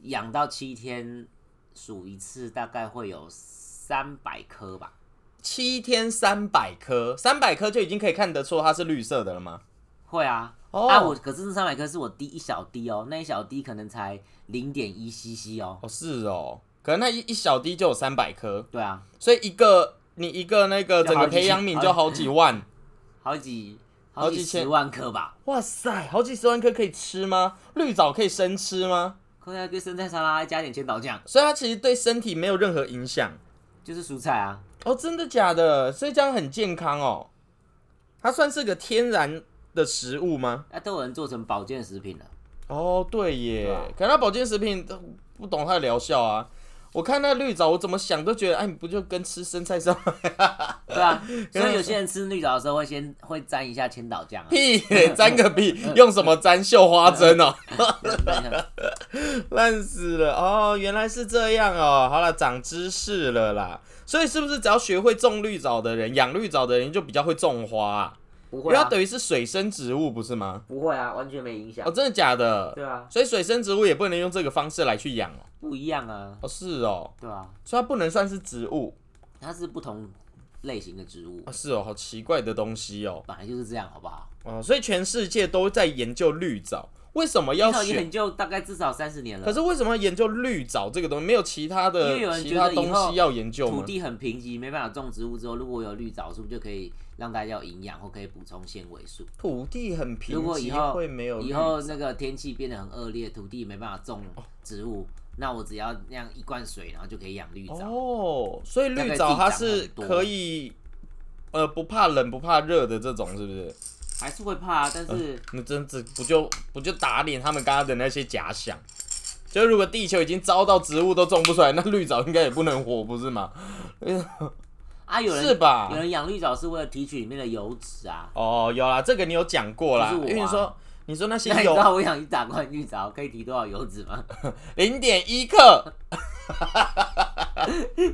Speaker 2: 养到七天数一次，大概会有三百颗吧。
Speaker 1: 七天三百颗，三百颗就已经可以看得出它是绿色的了吗？
Speaker 2: 会啊，
Speaker 1: 哦
Speaker 2: 啊，我可是那三百颗是我滴一小滴哦，那一小滴可能才零点一 CC 哦。
Speaker 1: 哦，是哦，可能那一一小滴就有三百颗，
Speaker 2: 对啊，
Speaker 1: 所以一个你一个那个
Speaker 2: 就
Speaker 1: 整个
Speaker 2: 好几
Speaker 1: 培养皿就好几 万。
Speaker 2: 好几
Speaker 1: 好
Speaker 2: 好
Speaker 1: 几
Speaker 2: 几
Speaker 1: 千
Speaker 2: 十万颗吧。
Speaker 1: 哇塞，好几十万颗可以吃吗？绿藻可以生吃吗？
Speaker 2: 可以啊，跟生菜沙拉加点千岛酱，
Speaker 1: 所以它其实对身体没有任何影响。
Speaker 2: 就是蔬菜啊。
Speaker 1: 哦，真的假的？所以这样很健康哦。它算是个天然的食物吗？
Speaker 2: 那、啊都有人做成保健食品了。
Speaker 1: 哦，对耶。
Speaker 2: 对啊
Speaker 1: 可能它保健食品都不懂它的疗效啊。我看那绿藻，我怎么想都觉得，哎，你不就跟吃生菜沙拉
Speaker 2: 对啊，所以有些人吃绿藻的时候会先会沾一下千岛酱啊。
Speaker 1: 屁 嘞，沾个 屁，
Speaker 2: 嗯
Speaker 1: 用什么沾绣花针哦，
Speaker 2: 沾一下
Speaker 1: 烂死了哦，原来是这样哦。好了，长知识了啦。所以是不是只要学会种绿藻的人，养绿藻的人就比较会种花、啊？
Speaker 2: 不
Speaker 1: 因为
Speaker 2: 会
Speaker 1: 它
Speaker 2: 啊，
Speaker 1: 等于是水生植物，不是吗？
Speaker 2: 不会啊，完全没影响
Speaker 1: 哦，。真的假的？
Speaker 2: 对啊，
Speaker 1: 所以水生植物也不能用这个方式来去养哦。
Speaker 2: 不一样啊。
Speaker 1: 哦，是哦，
Speaker 2: 对啊，
Speaker 1: 所以它不能算是植物
Speaker 2: 它是不同类型的植物
Speaker 1: 哦，，是哦，好奇怪的东西哦。
Speaker 2: 本来就是这样，好不好？
Speaker 1: 哦，所以全世界都在研究绿藻，为什么要
Speaker 2: 要
Speaker 1: 选？
Speaker 2: 研究大概至少三十年了。
Speaker 1: 可是为什么要研究绿藻这个东西？没有其他
Speaker 2: 因
Speaker 1: 的
Speaker 2: 为有人
Speaker 1: 其
Speaker 2: 觉
Speaker 1: 他
Speaker 2: 得以
Speaker 1: 东
Speaker 2: 后
Speaker 1: 西要研究
Speaker 2: 土
Speaker 1: 吗？
Speaker 2: 地很贫瘠，没办法种植物之后，如果有绿藻，是不是就可以让大家有营养，或可以补充纤维素？
Speaker 1: 土地很贫
Speaker 2: 如果以后
Speaker 1: 瘠，会没有绿
Speaker 2: 以后那个天气变得很恶劣，土地没办法种植物，那我只要那样一灌水，然后就可以养绿藻。
Speaker 1: 哦，所以
Speaker 2: 大
Speaker 1: 绿
Speaker 2: 概
Speaker 1: 藻
Speaker 2: 地
Speaker 1: 它
Speaker 2: 长
Speaker 1: 是
Speaker 2: 很多
Speaker 1: 可以呃不怕冷不怕热的这种，是不是？
Speaker 2: 还是会怕，但是
Speaker 1: 那真这不就不就打脸他们刚刚的那些假想？就如果地球已经遭到植物都种不出来，那绿藻应该也不能活，不是吗？
Speaker 2: 啊，有人
Speaker 1: 是吧
Speaker 2: 有？人养绿藻是为了提取里面的油脂啊。
Speaker 1: 哦，有啦，这个你有讲过啦，
Speaker 2: 不是我啊
Speaker 1: 因为你说你说那些
Speaker 2: 那 你知
Speaker 1: 有
Speaker 2: 道我养啊一大罐绿藻可以提多少油脂吗？
Speaker 1: 零点一克，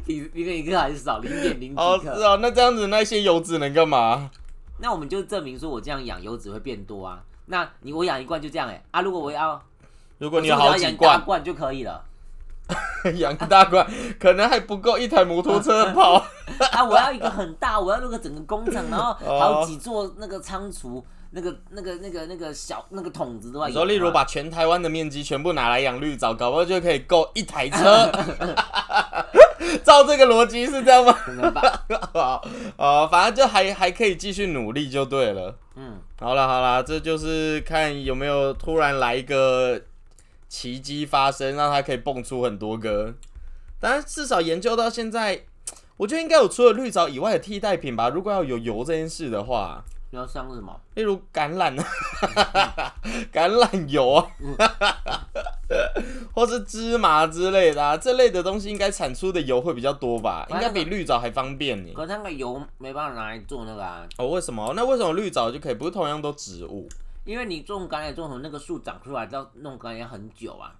Speaker 2: 提零点一克还是少零点零
Speaker 1: 哦
Speaker 2: 几
Speaker 1: 是
Speaker 2: 克？
Speaker 1: 哦，那这样子那些油脂能干嘛？
Speaker 2: 那我们就证明说我这样养油脂会变多啊。那你我养一罐就这样哎、啊，如果我要
Speaker 1: 如果你
Speaker 2: 我
Speaker 1: 有
Speaker 2: 只要
Speaker 1: 好几
Speaker 2: 养一大
Speaker 1: 罐，
Speaker 2: 罐就可以了。
Speaker 1: 养一大罐，可能还不够一台摩托车跑。
Speaker 2: 啊，我要一个很大，我要那个整个工厂，然后
Speaker 1: 哦
Speaker 2: 好几座那个仓储，那个那个那个那个小那个桶子都要啊
Speaker 1: 你
Speaker 2: 有
Speaker 1: 说，
Speaker 2: 嘛。
Speaker 1: 例如把全台湾的面积全部拿来养绿藻，搞不好就可以够一台车。照这个逻辑是这样吗？
Speaker 2: 可能吧，
Speaker 1: 好，呃，反正就还还可以继续努力就对了。
Speaker 2: 嗯，
Speaker 1: 好了好了，这就是看有没有突然来一个奇迹发生，让它可以蹦出很多个。当然，至少研究到现在，我觉得应该有除了绿藻以外的替代品吧。如果要有油这件事的话，
Speaker 2: 你要像什么？
Speaker 1: 例如橄榄啊，
Speaker 2: 嗯
Speaker 1: 橄榄油啊， 或是芝麻之类的啊，这类的东西应该产出的油会比较多吧？应该比绿藻还方便呢。
Speaker 2: 可是那个油没办法拿来做那个啊，
Speaker 1: 哦，为什么？那为什么绿藻就可以？不是同样都植物？
Speaker 2: 因为你种橄榄种从那个树长出来到弄橄榄很久啊，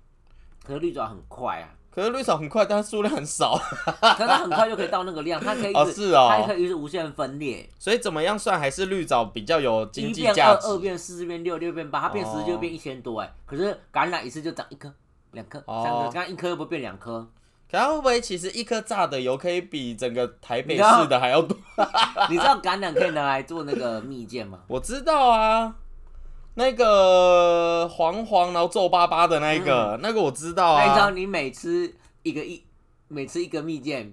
Speaker 2: 可是绿藻很快啊，
Speaker 1: 可是绿藻很快，但它数量很少，
Speaker 2: 可是它很快就可以到那个量，它可以一直
Speaker 1: 哦是哦
Speaker 2: 它可以一直无限分裂，
Speaker 1: 所以怎么样算还是绿藻比较有经
Speaker 2: 一
Speaker 1: 济
Speaker 2: 变
Speaker 1: 价
Speaker 2: 二，
Speaker 1: 值哦
Speaker 2: 二变四，变六，六变八，它变十就变一千多哎，可是橄榄一次就长一颗、两颗、三
Speaker 1: 哦
Speaker 2: 颗，刚刚一颗又不会变两颗。
Speaker 1: 可它会不会其实一颗榨的油可以比整个台北市的还要多？
Speaker 2: 你知道橄榄可以拿来做那个蜜饯
Speaker 1: ？
Speaker 2: 吗
Speaker 1: 我知道啊，那个黄黄然后皱巴巴的那一个，那个我知道
Speaker 2: 那
Speaker 1: 啊。
Speaker 2: 你知道你每吃一个一每吃一个蜜饯，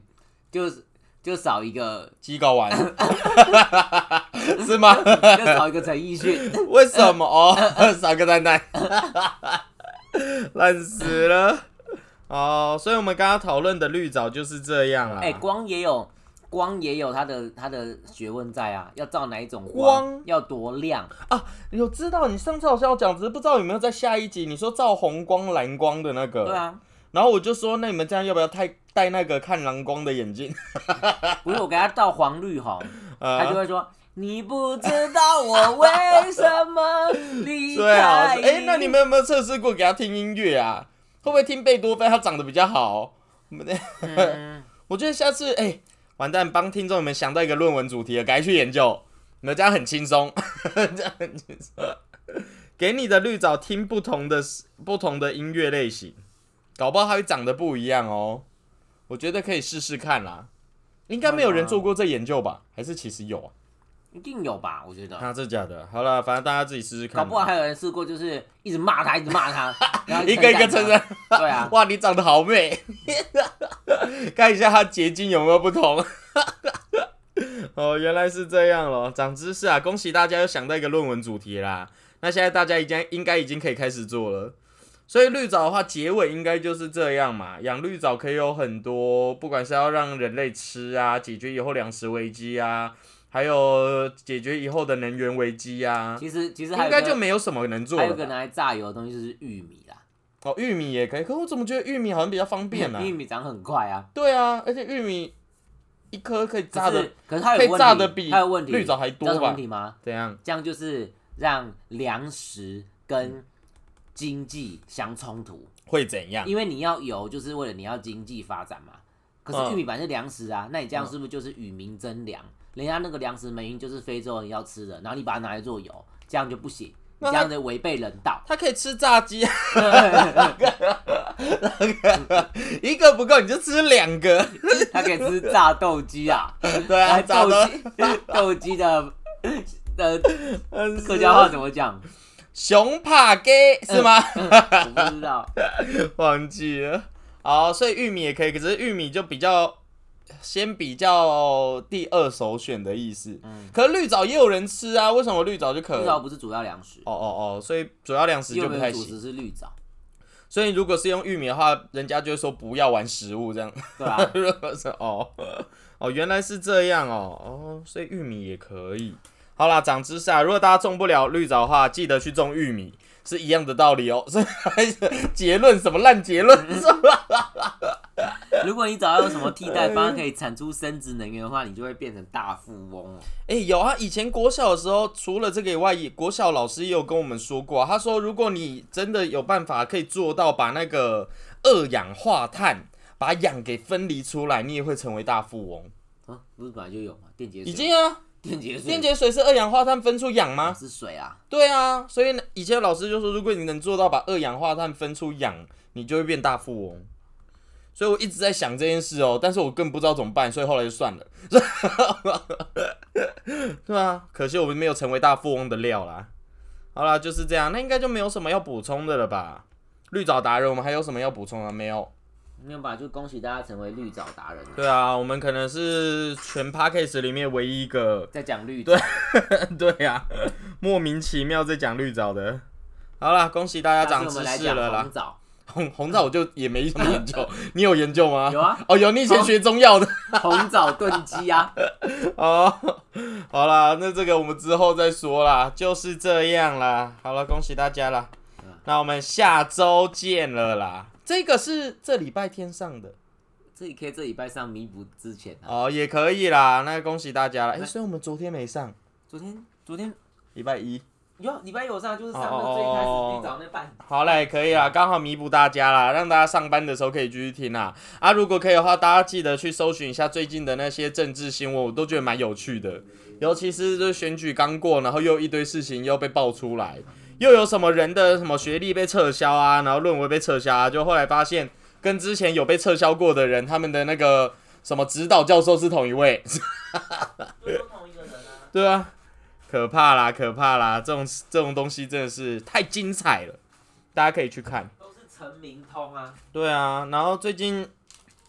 Speaker 2: 就是就少一个，
Speaker 1: 鸡睾丸，是吗？
Speaker 2: 就少一个陈奕 迅。
Speaker 1: 为什么？哦， 少个蛋蛋，烂死了。哦，所以我们刚刚讨论的绿藻就是这样啦。
Speaker 2: 哎、光也有光也有它的它的学问在啊，要照哪一种
Speaker 1: 光
Speaker 2: 要多 亮，
Speaker 1: 有知道你上次好像有讲，只是不知道有没有在下一集你说照红光、蓝光的那个。
Speaker 2: 对。啊，
Speaker 1: 然后我就说，那你们这样要不要戴戴那个看蓝光的眼镜？
Speaker 2: 不是我给他照黄绿红，他就
Speaker 1: 呃，
Speaker 2: 会说。你不知道我为什么离
Speaker 1: 对啊。
Speaker 2: 开
Speaker 1: 哎、
Speaker 2: 你。
Speaker 1: 那你们有没有测试过给他听音乐啊？会不会听贝多芬？他长得比较好。我们
Speaker 2: 嗯
Speaker 1: 我觉得下次哎、完蛋，帮听众你们想到一个论文主题了，赶快去研究。你们这样很轻松， 这样很轻松。给你的绿藻听不同的不同的音乐类型，搞不好它会长得不一样哦。我觉得可以试试看啦。应该没有人做过这研究吧？还是其实有啊？
Speaker 2: 一定有吧？我觉得，
Speaker 1: 啊，这假的。好了，反正大家自己试试看。
Speaker 2: 搞不好还有人试过，就是一直骂他，一直骂 他，然后
Speaker 1: 一个一个
Speaker 2: 称
Speaker 1: 称
Speaker 2: 赞
Speaker 1: 赞。
Speaker 2: 他。对啊，
Speaker 1: 哇，你长得好美， 看一下它结晶有没有不同。 哦，原来是这样咯，长知识啊！恭喜大家又想到一个论文主题啦。那现在大家已经应该已经可以开始做了。所以绿藻的话，结尾应该就是这样嘛。养绿藻可以有很多，不管是要让人类吃啊，解决以后粮食危机啊，还有解决以后的能源危机啊，
Speaker 2: 其实其实还有
Speaker 1: 应
Speaker 2: 一
Speaker 1: 该
Speaker 2: 个
Speaker 1: 就没有什么能做
Speaker 2: 还有
Speaker 1: 了
Speaker 2: 一个
Speaker 1: 吧。
Speaker 2: 拿来榨油的东西就是玉米啦，
Speaker 1: 哦，玉米也可以，可我怎么觉得玉米好像比较方便呢、
Speaker 2: 玉米长很快啊，
Speaker 1: 对啊，而且玉米一颗可以
Speaker 2: 可
Speaker 1: 炸的
Speaker 2: 是，可是它
Speaker 1: 可
Speaker 2: 有
Speaker 1: 以
Speaker 2: 问
Speaker 1: 炸的
Speaker 2: 题，
Speaker 1: 比
Speaker 2: 它有问题，
Speaker 1: 绿藻还
Speaker 2: 你知道
Speaker 1: 多
Speaker 2: 什么
Speaker 1: 吧
Speaker 2: 问？题吗？
Speaker 1: 怎样？
Speaker 2: 这样就是让粮食
Speaker 1: 嗯
Speaker 2: 跟经济相冲突，
Speaker 1: 会怎样？
Speaker 2: 因为你要油就是为了你要经济发展嘛。可是
Speaker 1: 嗯
Speaker 2: 玉米本来是粮食啊，那你这样是不是就是与民争粮？人家那个粮食明明就是非洲人要吃的，然后你把它拿来做油，这样就不行，你
Speaker 1: 那
Speaker 2: 这
Speaker 1: 它。
Speaker 2: 样就违背人道
Speaker 1: 它可以吃炸 鸡，一个不够你就吃两个，
Speaker 2: 它可以吃炸豆鸡啊，
Speaker 1: 对啊，
Speaker 2: 来
Speaker 1: 炸
Speaker 2: 斗
Speaker 1: 的
Speaker 2: 鸡，斗鸡的呃
Speaker 1: 嗯
Speaker 2: 客家话怎么讲？
Speaker 1: 熊怕给是吗？
Speaker 2: 我不知道。
Speaker 1: 忘记
Speaker 2: 嗯
Speaker 1: 了。好，所以玉米也可以，可是玉米就比较先比较第二首选的意思。
Speaker 2: 嗯，
Speaker 1: 可是绿藻也有人吃啊，为什么绿藻就可
Speaker 2: 绿
Speaker 1: 以？
Speaker 2: 藻
Speaker 1: 哦
Speaker 2: 不是主要粮食，
Speaker 1: 哦哦，所以主要粮食
Speaker 2: 有
Speaker 1: 就
Speaker 2: 没
Speaker 1: 不
Speaker 2: 有
Speaker 1: 太
Speaker 2: 主
Speaker 1: 行。
Speaker 2: 食是绿藻？
Speaker 1: 所以如果是用玉米的话，人家就会说不要玩食物这样。
Speaker 2: 对啊，
Speaker 1: 如果是哦哦，原来是这样哦哦，所以玉米也可以。好啦，长知识啊！如果大家种不了绿藻的话，记得去种玉米，是一样的道理哦。所以结论什么烂结论？是吧
Speaker 2: 如果你找到有什么替代方案可以产出生殖能源的话，你就会变成大富翁哦。
Speaker 1: 哎、有啊，以前国小的时候，除了这个以外，也国小老师也有跟我们说过、啊，他说如果你真的有办法可以做到把那个二氧化碳把氧给分离出来，你也会成为大富翁。
Speaker 2: 啊，不是本来就有吗？电解水，
Speaker 1: 已经啊，
Speaker 2: 电解水，
Speaker 1: 电解水是二氧化碳分出氧
Speaker 2: 啊
Speaker 1: 吗？
Speaker 2: 是水啊。
Speaker 1: 对啊，所以呢以前老师就说，如果你能做到把二氧化碳分出氧，你就会变大富翁。所以我一直在想这件事哦，但是我更不知道怎么办，所以后来就算了。 对啊，可惜我们没有成为大富翁的料啦。好啦，就是这样，那应该就没有什么要补充的了吧？绿藻达人，我们还有什么要补充的啊没有？
Speaker 2: 没有吧？就恭喜大家成为绿藻达人了。
Speaker 1: 对啊，我们可能是全 p a c k a g e 里面唯一一个
Speaker 2: 在讲绿藻，
Speaker 1: 对呀、莫名其妙在讲绿藻的。好啦，恭喜大家
Speaker 2: 下次
Speaker 1: 长
Speaker 2: 我
Speaker 1: 知
Speaker 2: 们来
Speaker 1: 识了
Speaker 2: 讲
Speaker 1: 啦
Speaker 2: 红。藻。
Speaker 1: 红红枣我就也没什么研 究，你有研究吗？
Speaker 2: 有啊，
Speaker 1: 哦，有，你以前学中药的
Speaker 2: 红藻炖鸡啊，
Speaker 1: 哦。好啦，那这个我们之后再说啦，就是这样啦。好了，恭喜大家啦
Speaker 2: 嗯。
Speaker 1: 那我们下周见了啦。这个是这礼拜天上的
Speaker 2: 这里可以这礼拜上弥补之前啊。
Speaker 1: 哦，也可以啦。那恭喜大家啦。哎、
Speaker 2: 那
Speaker 1: 所以我们昨天没上，
Speaker 2: 昨天昨天
Speaker 1: 礼拜一。
Speaker 2: 有啊礼拜有上，就是上那
Speaker 1: 哦
Speaker 2: 最一开始绿藻那半
Speaker 1: 好嘞，可以啦，刚好弥补大家啦，让大家上班的时候可以继续听啦。啊，如果可以的话，大家记得去搜寻一下最近的那些政治新闻，我都觉得蛮有趣的。尤其是就是选举刚过，然后又一堆事情又被爆出来，又有什么人的什么学历被撤销啊，然后论文被撤销啊，就后来发现跟之前有被撤销过的人，他们的那个什么指导教授是同一位。
Speaker 2: 就都同一个人啊。
Speaker 1: 对啊，可怕啦，可怕啦，这种这种东西真的是太精彩了，大家可以去看。
Speaker 2: 都是陈明通啊，
Speaker 1: 对啊，然后最近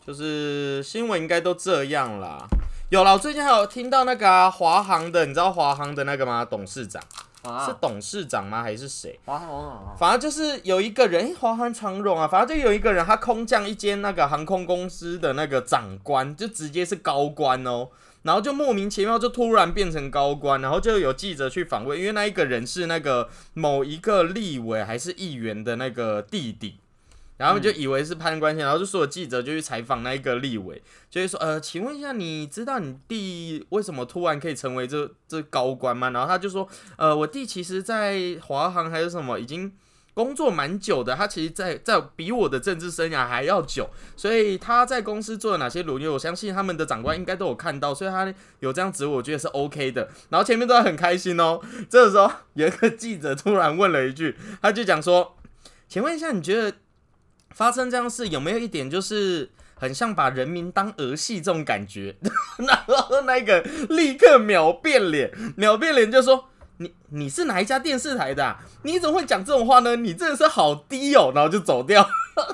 Speaker 1: 就是新闻应该都这样啦。有啦，我最近还有听到那个啊华、航的，你知道华航的那个吗？董事长是
Speaker 2: 啊，
Speaker 1: 董事长吗？还是谁？
Speaker 2: 华航啊，
Speaker 1: 反正就是有一个人，诶华航长荣啊，反正就有一个人，他空降一间那个航空公司的那个长官，就直接是高官哦。然后就莫名其妙就突然变成高官，然后就有记者去访问，因为那一个人是那个某一个立委还是议员的那个弟弟，然后他们就以为是攀关系，然后就所有记者就去采访那一个立委，就会说呃，请问一下，你知道你弟为什么突然可以成为这这高官吗？然后他就说呃，我弟其实在华航还有什么已经工作蛮久的，他其实在在比我的政治生涯还要久，所以他在公司做了哪些努力，我相信他们的长官应该都有看到，所以他有这样子，我觉得是 OK 的。然后前面都很开心哦，这个时候有一个记者突然问了一句，他就讲说：“请问一下，你觉得发生这样的事有没有一点就是？”很像把人民当儿戏这种感觉， 然后那个立刻秒变脸，秒变脸就说：“你你是哪一家电视台的、啊？你怎么会讲这种话呢？你真的是好低哦！然后就走掉。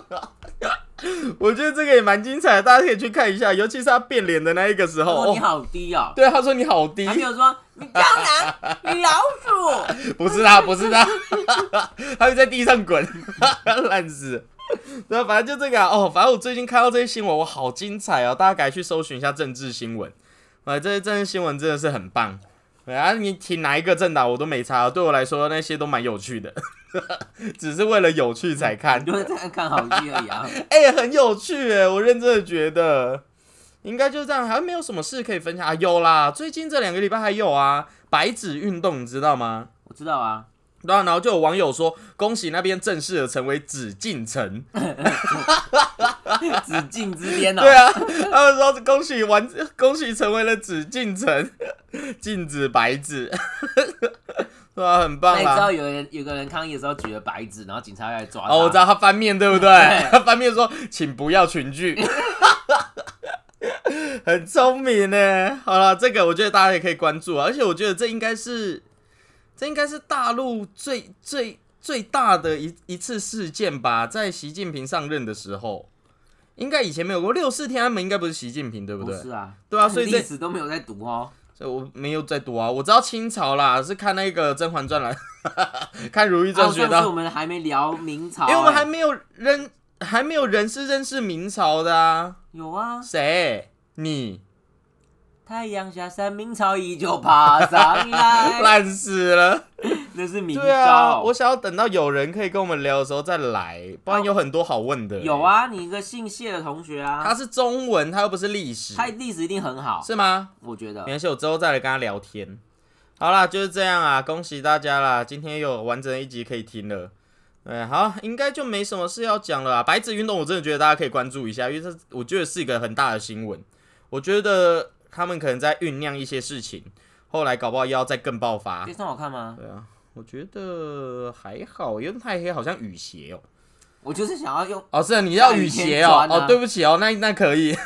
Speaker 1: 我觉得这个也蛮精彩的，大家可以去看一下，尤其是他变脸的那一个时候。
Speaker 2: 哦，你
Speaker 1: 哦，
Speaker 2: 好低哦。
Speaker 1: 对，他说你好低
Speaker 2: 还，没有说 你蟑螂，你老鼠，
Speaker 1: 不是他，不是他， 他就在地上滚， 烂死。对啊，反正就这个啊。哦，反正我最近看到这些新闻，我好精彩哦！大家赶快去搜寻一下政治新闻，啊，这些政治新闻真的是很棒。对啊，你挺哪一个政党我都没差，对我来说那些都蛮有趣的， 只是为了有趣才 看
Speaker 2: 你。就是这样看好戏而已啊。
Speaker 1: 哎、很有趣哎，我认真的觉得，应该就这样，好像没有什么事可以分享啊。有啦，最近这两个礼拜还有啊，白纸运动，你知道吗？
Speaker 2: 我知道 啊，
Speaker 1: 对啊，然后就有网友说，恭喜那边正式的成为紫禁城。
Speaker 2: 紫禁之巅哦。
Speaker 1: 对啊，他们说恭喜完，恭喜成为了紫禁城， 禁止白纸。 对啊，很
Speaker 2: 那
Speaker 1: 棒
Speaker 2: 你哎知
Speaker 1: 啊。
Speaker 2: 道有人有个人抗议的时候举了白纸，然后警察要来抓他。
Speaker 1: 哦，我知道他翻面对不对？
Speaker 2: 哎
Speaker 1: 他翻面说，请不要群聚。 很聪明呢。好了，这个我觉得大家也可以关注啊，而且我觉得这应该是，这应该是大陆最最最大的一一次事件吧，在习近平上任的时候。应该以前没有过六四天安门，应该不是习近平对不
Speaker 2: 不
Speaker 1: 对？
Speaker 2: 是啊，
Speaker 1: 对啊，所以这
Speaker 2: 历史都没有在读哦。
Speaker 1: 所以我没有在读啊，我知道清朝啦，是看那个《甄嬛传》来， 看《如懿传
Speaker 2: 啊，》
Speaker 1: 学
Speaker 2: 上次
Speaker 1: 到
Speaker 2: 我，们还没聊明朝，
Speaker 1: 因为我们还
Speaker 2: 哎
Speaker 1: 没有人，还没有人是认识明朝的啊。
Speaker 2: 有啊。
Speaker 1: 谁？你
Speaker 2: 太阳下山，明朝依旧爬上 来，
Speaker 1: 烂死了。
Speaker 2: 那是明朝。
Speaker 1: 对啊，我想要等到有人可以跟我们聊的时候再来，不然有很多好问的、欸
Speaker 2: 有，啊，你一个姓谢的同学啊
Speaker 1: 他，是中文，他又不是历史，
Speaker 2: 他历史一定很好，
Speaker 1: 是吗？
Speaker 2: 我觉得
Speaker 1: 没。关系，我之后再来跟他聊天。好啦，就是这样啊，恭喜大家啦！今天又有完整的一集可以听了。对，好，应该就没什么事要讲了啦。啊白纸运动，我真的觉得大家可以关注一下，因为这我觉得是一个很大的新闻。我觉得他们可能在酝酿一些事情，后来搞不好又要再更爆发
Speaker 2: 这。算好看吗？
Speaker 1: 对啊，我觉得还好，因为太黑好像雨鞋哦、
Speaker 2: 我就是想要用
Speaker 1: 哦，是啊你要雨鞋
Speaker 2: 像
Speaker 1: 哦、
Speaker 2: 雨天穿
Speaker 1: 哦
Speaker 2: 啊，
Speaker 1: 对不起哦、那那可以。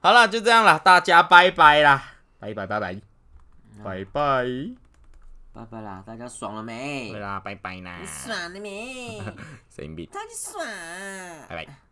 Speaker 1: 好啦，就这样啦，大家拜拜啦，拜拜拜拜，拜拜，
Speaker 2: 嗯拜拜啦，大家爽了没
Speaker 1: 对？啦，拜拜啦
Speaker 2: 你，爽了没？
Speaker 1: 神秘，
Speaker 2: 到底爽？
Speaker 1: 拜拜。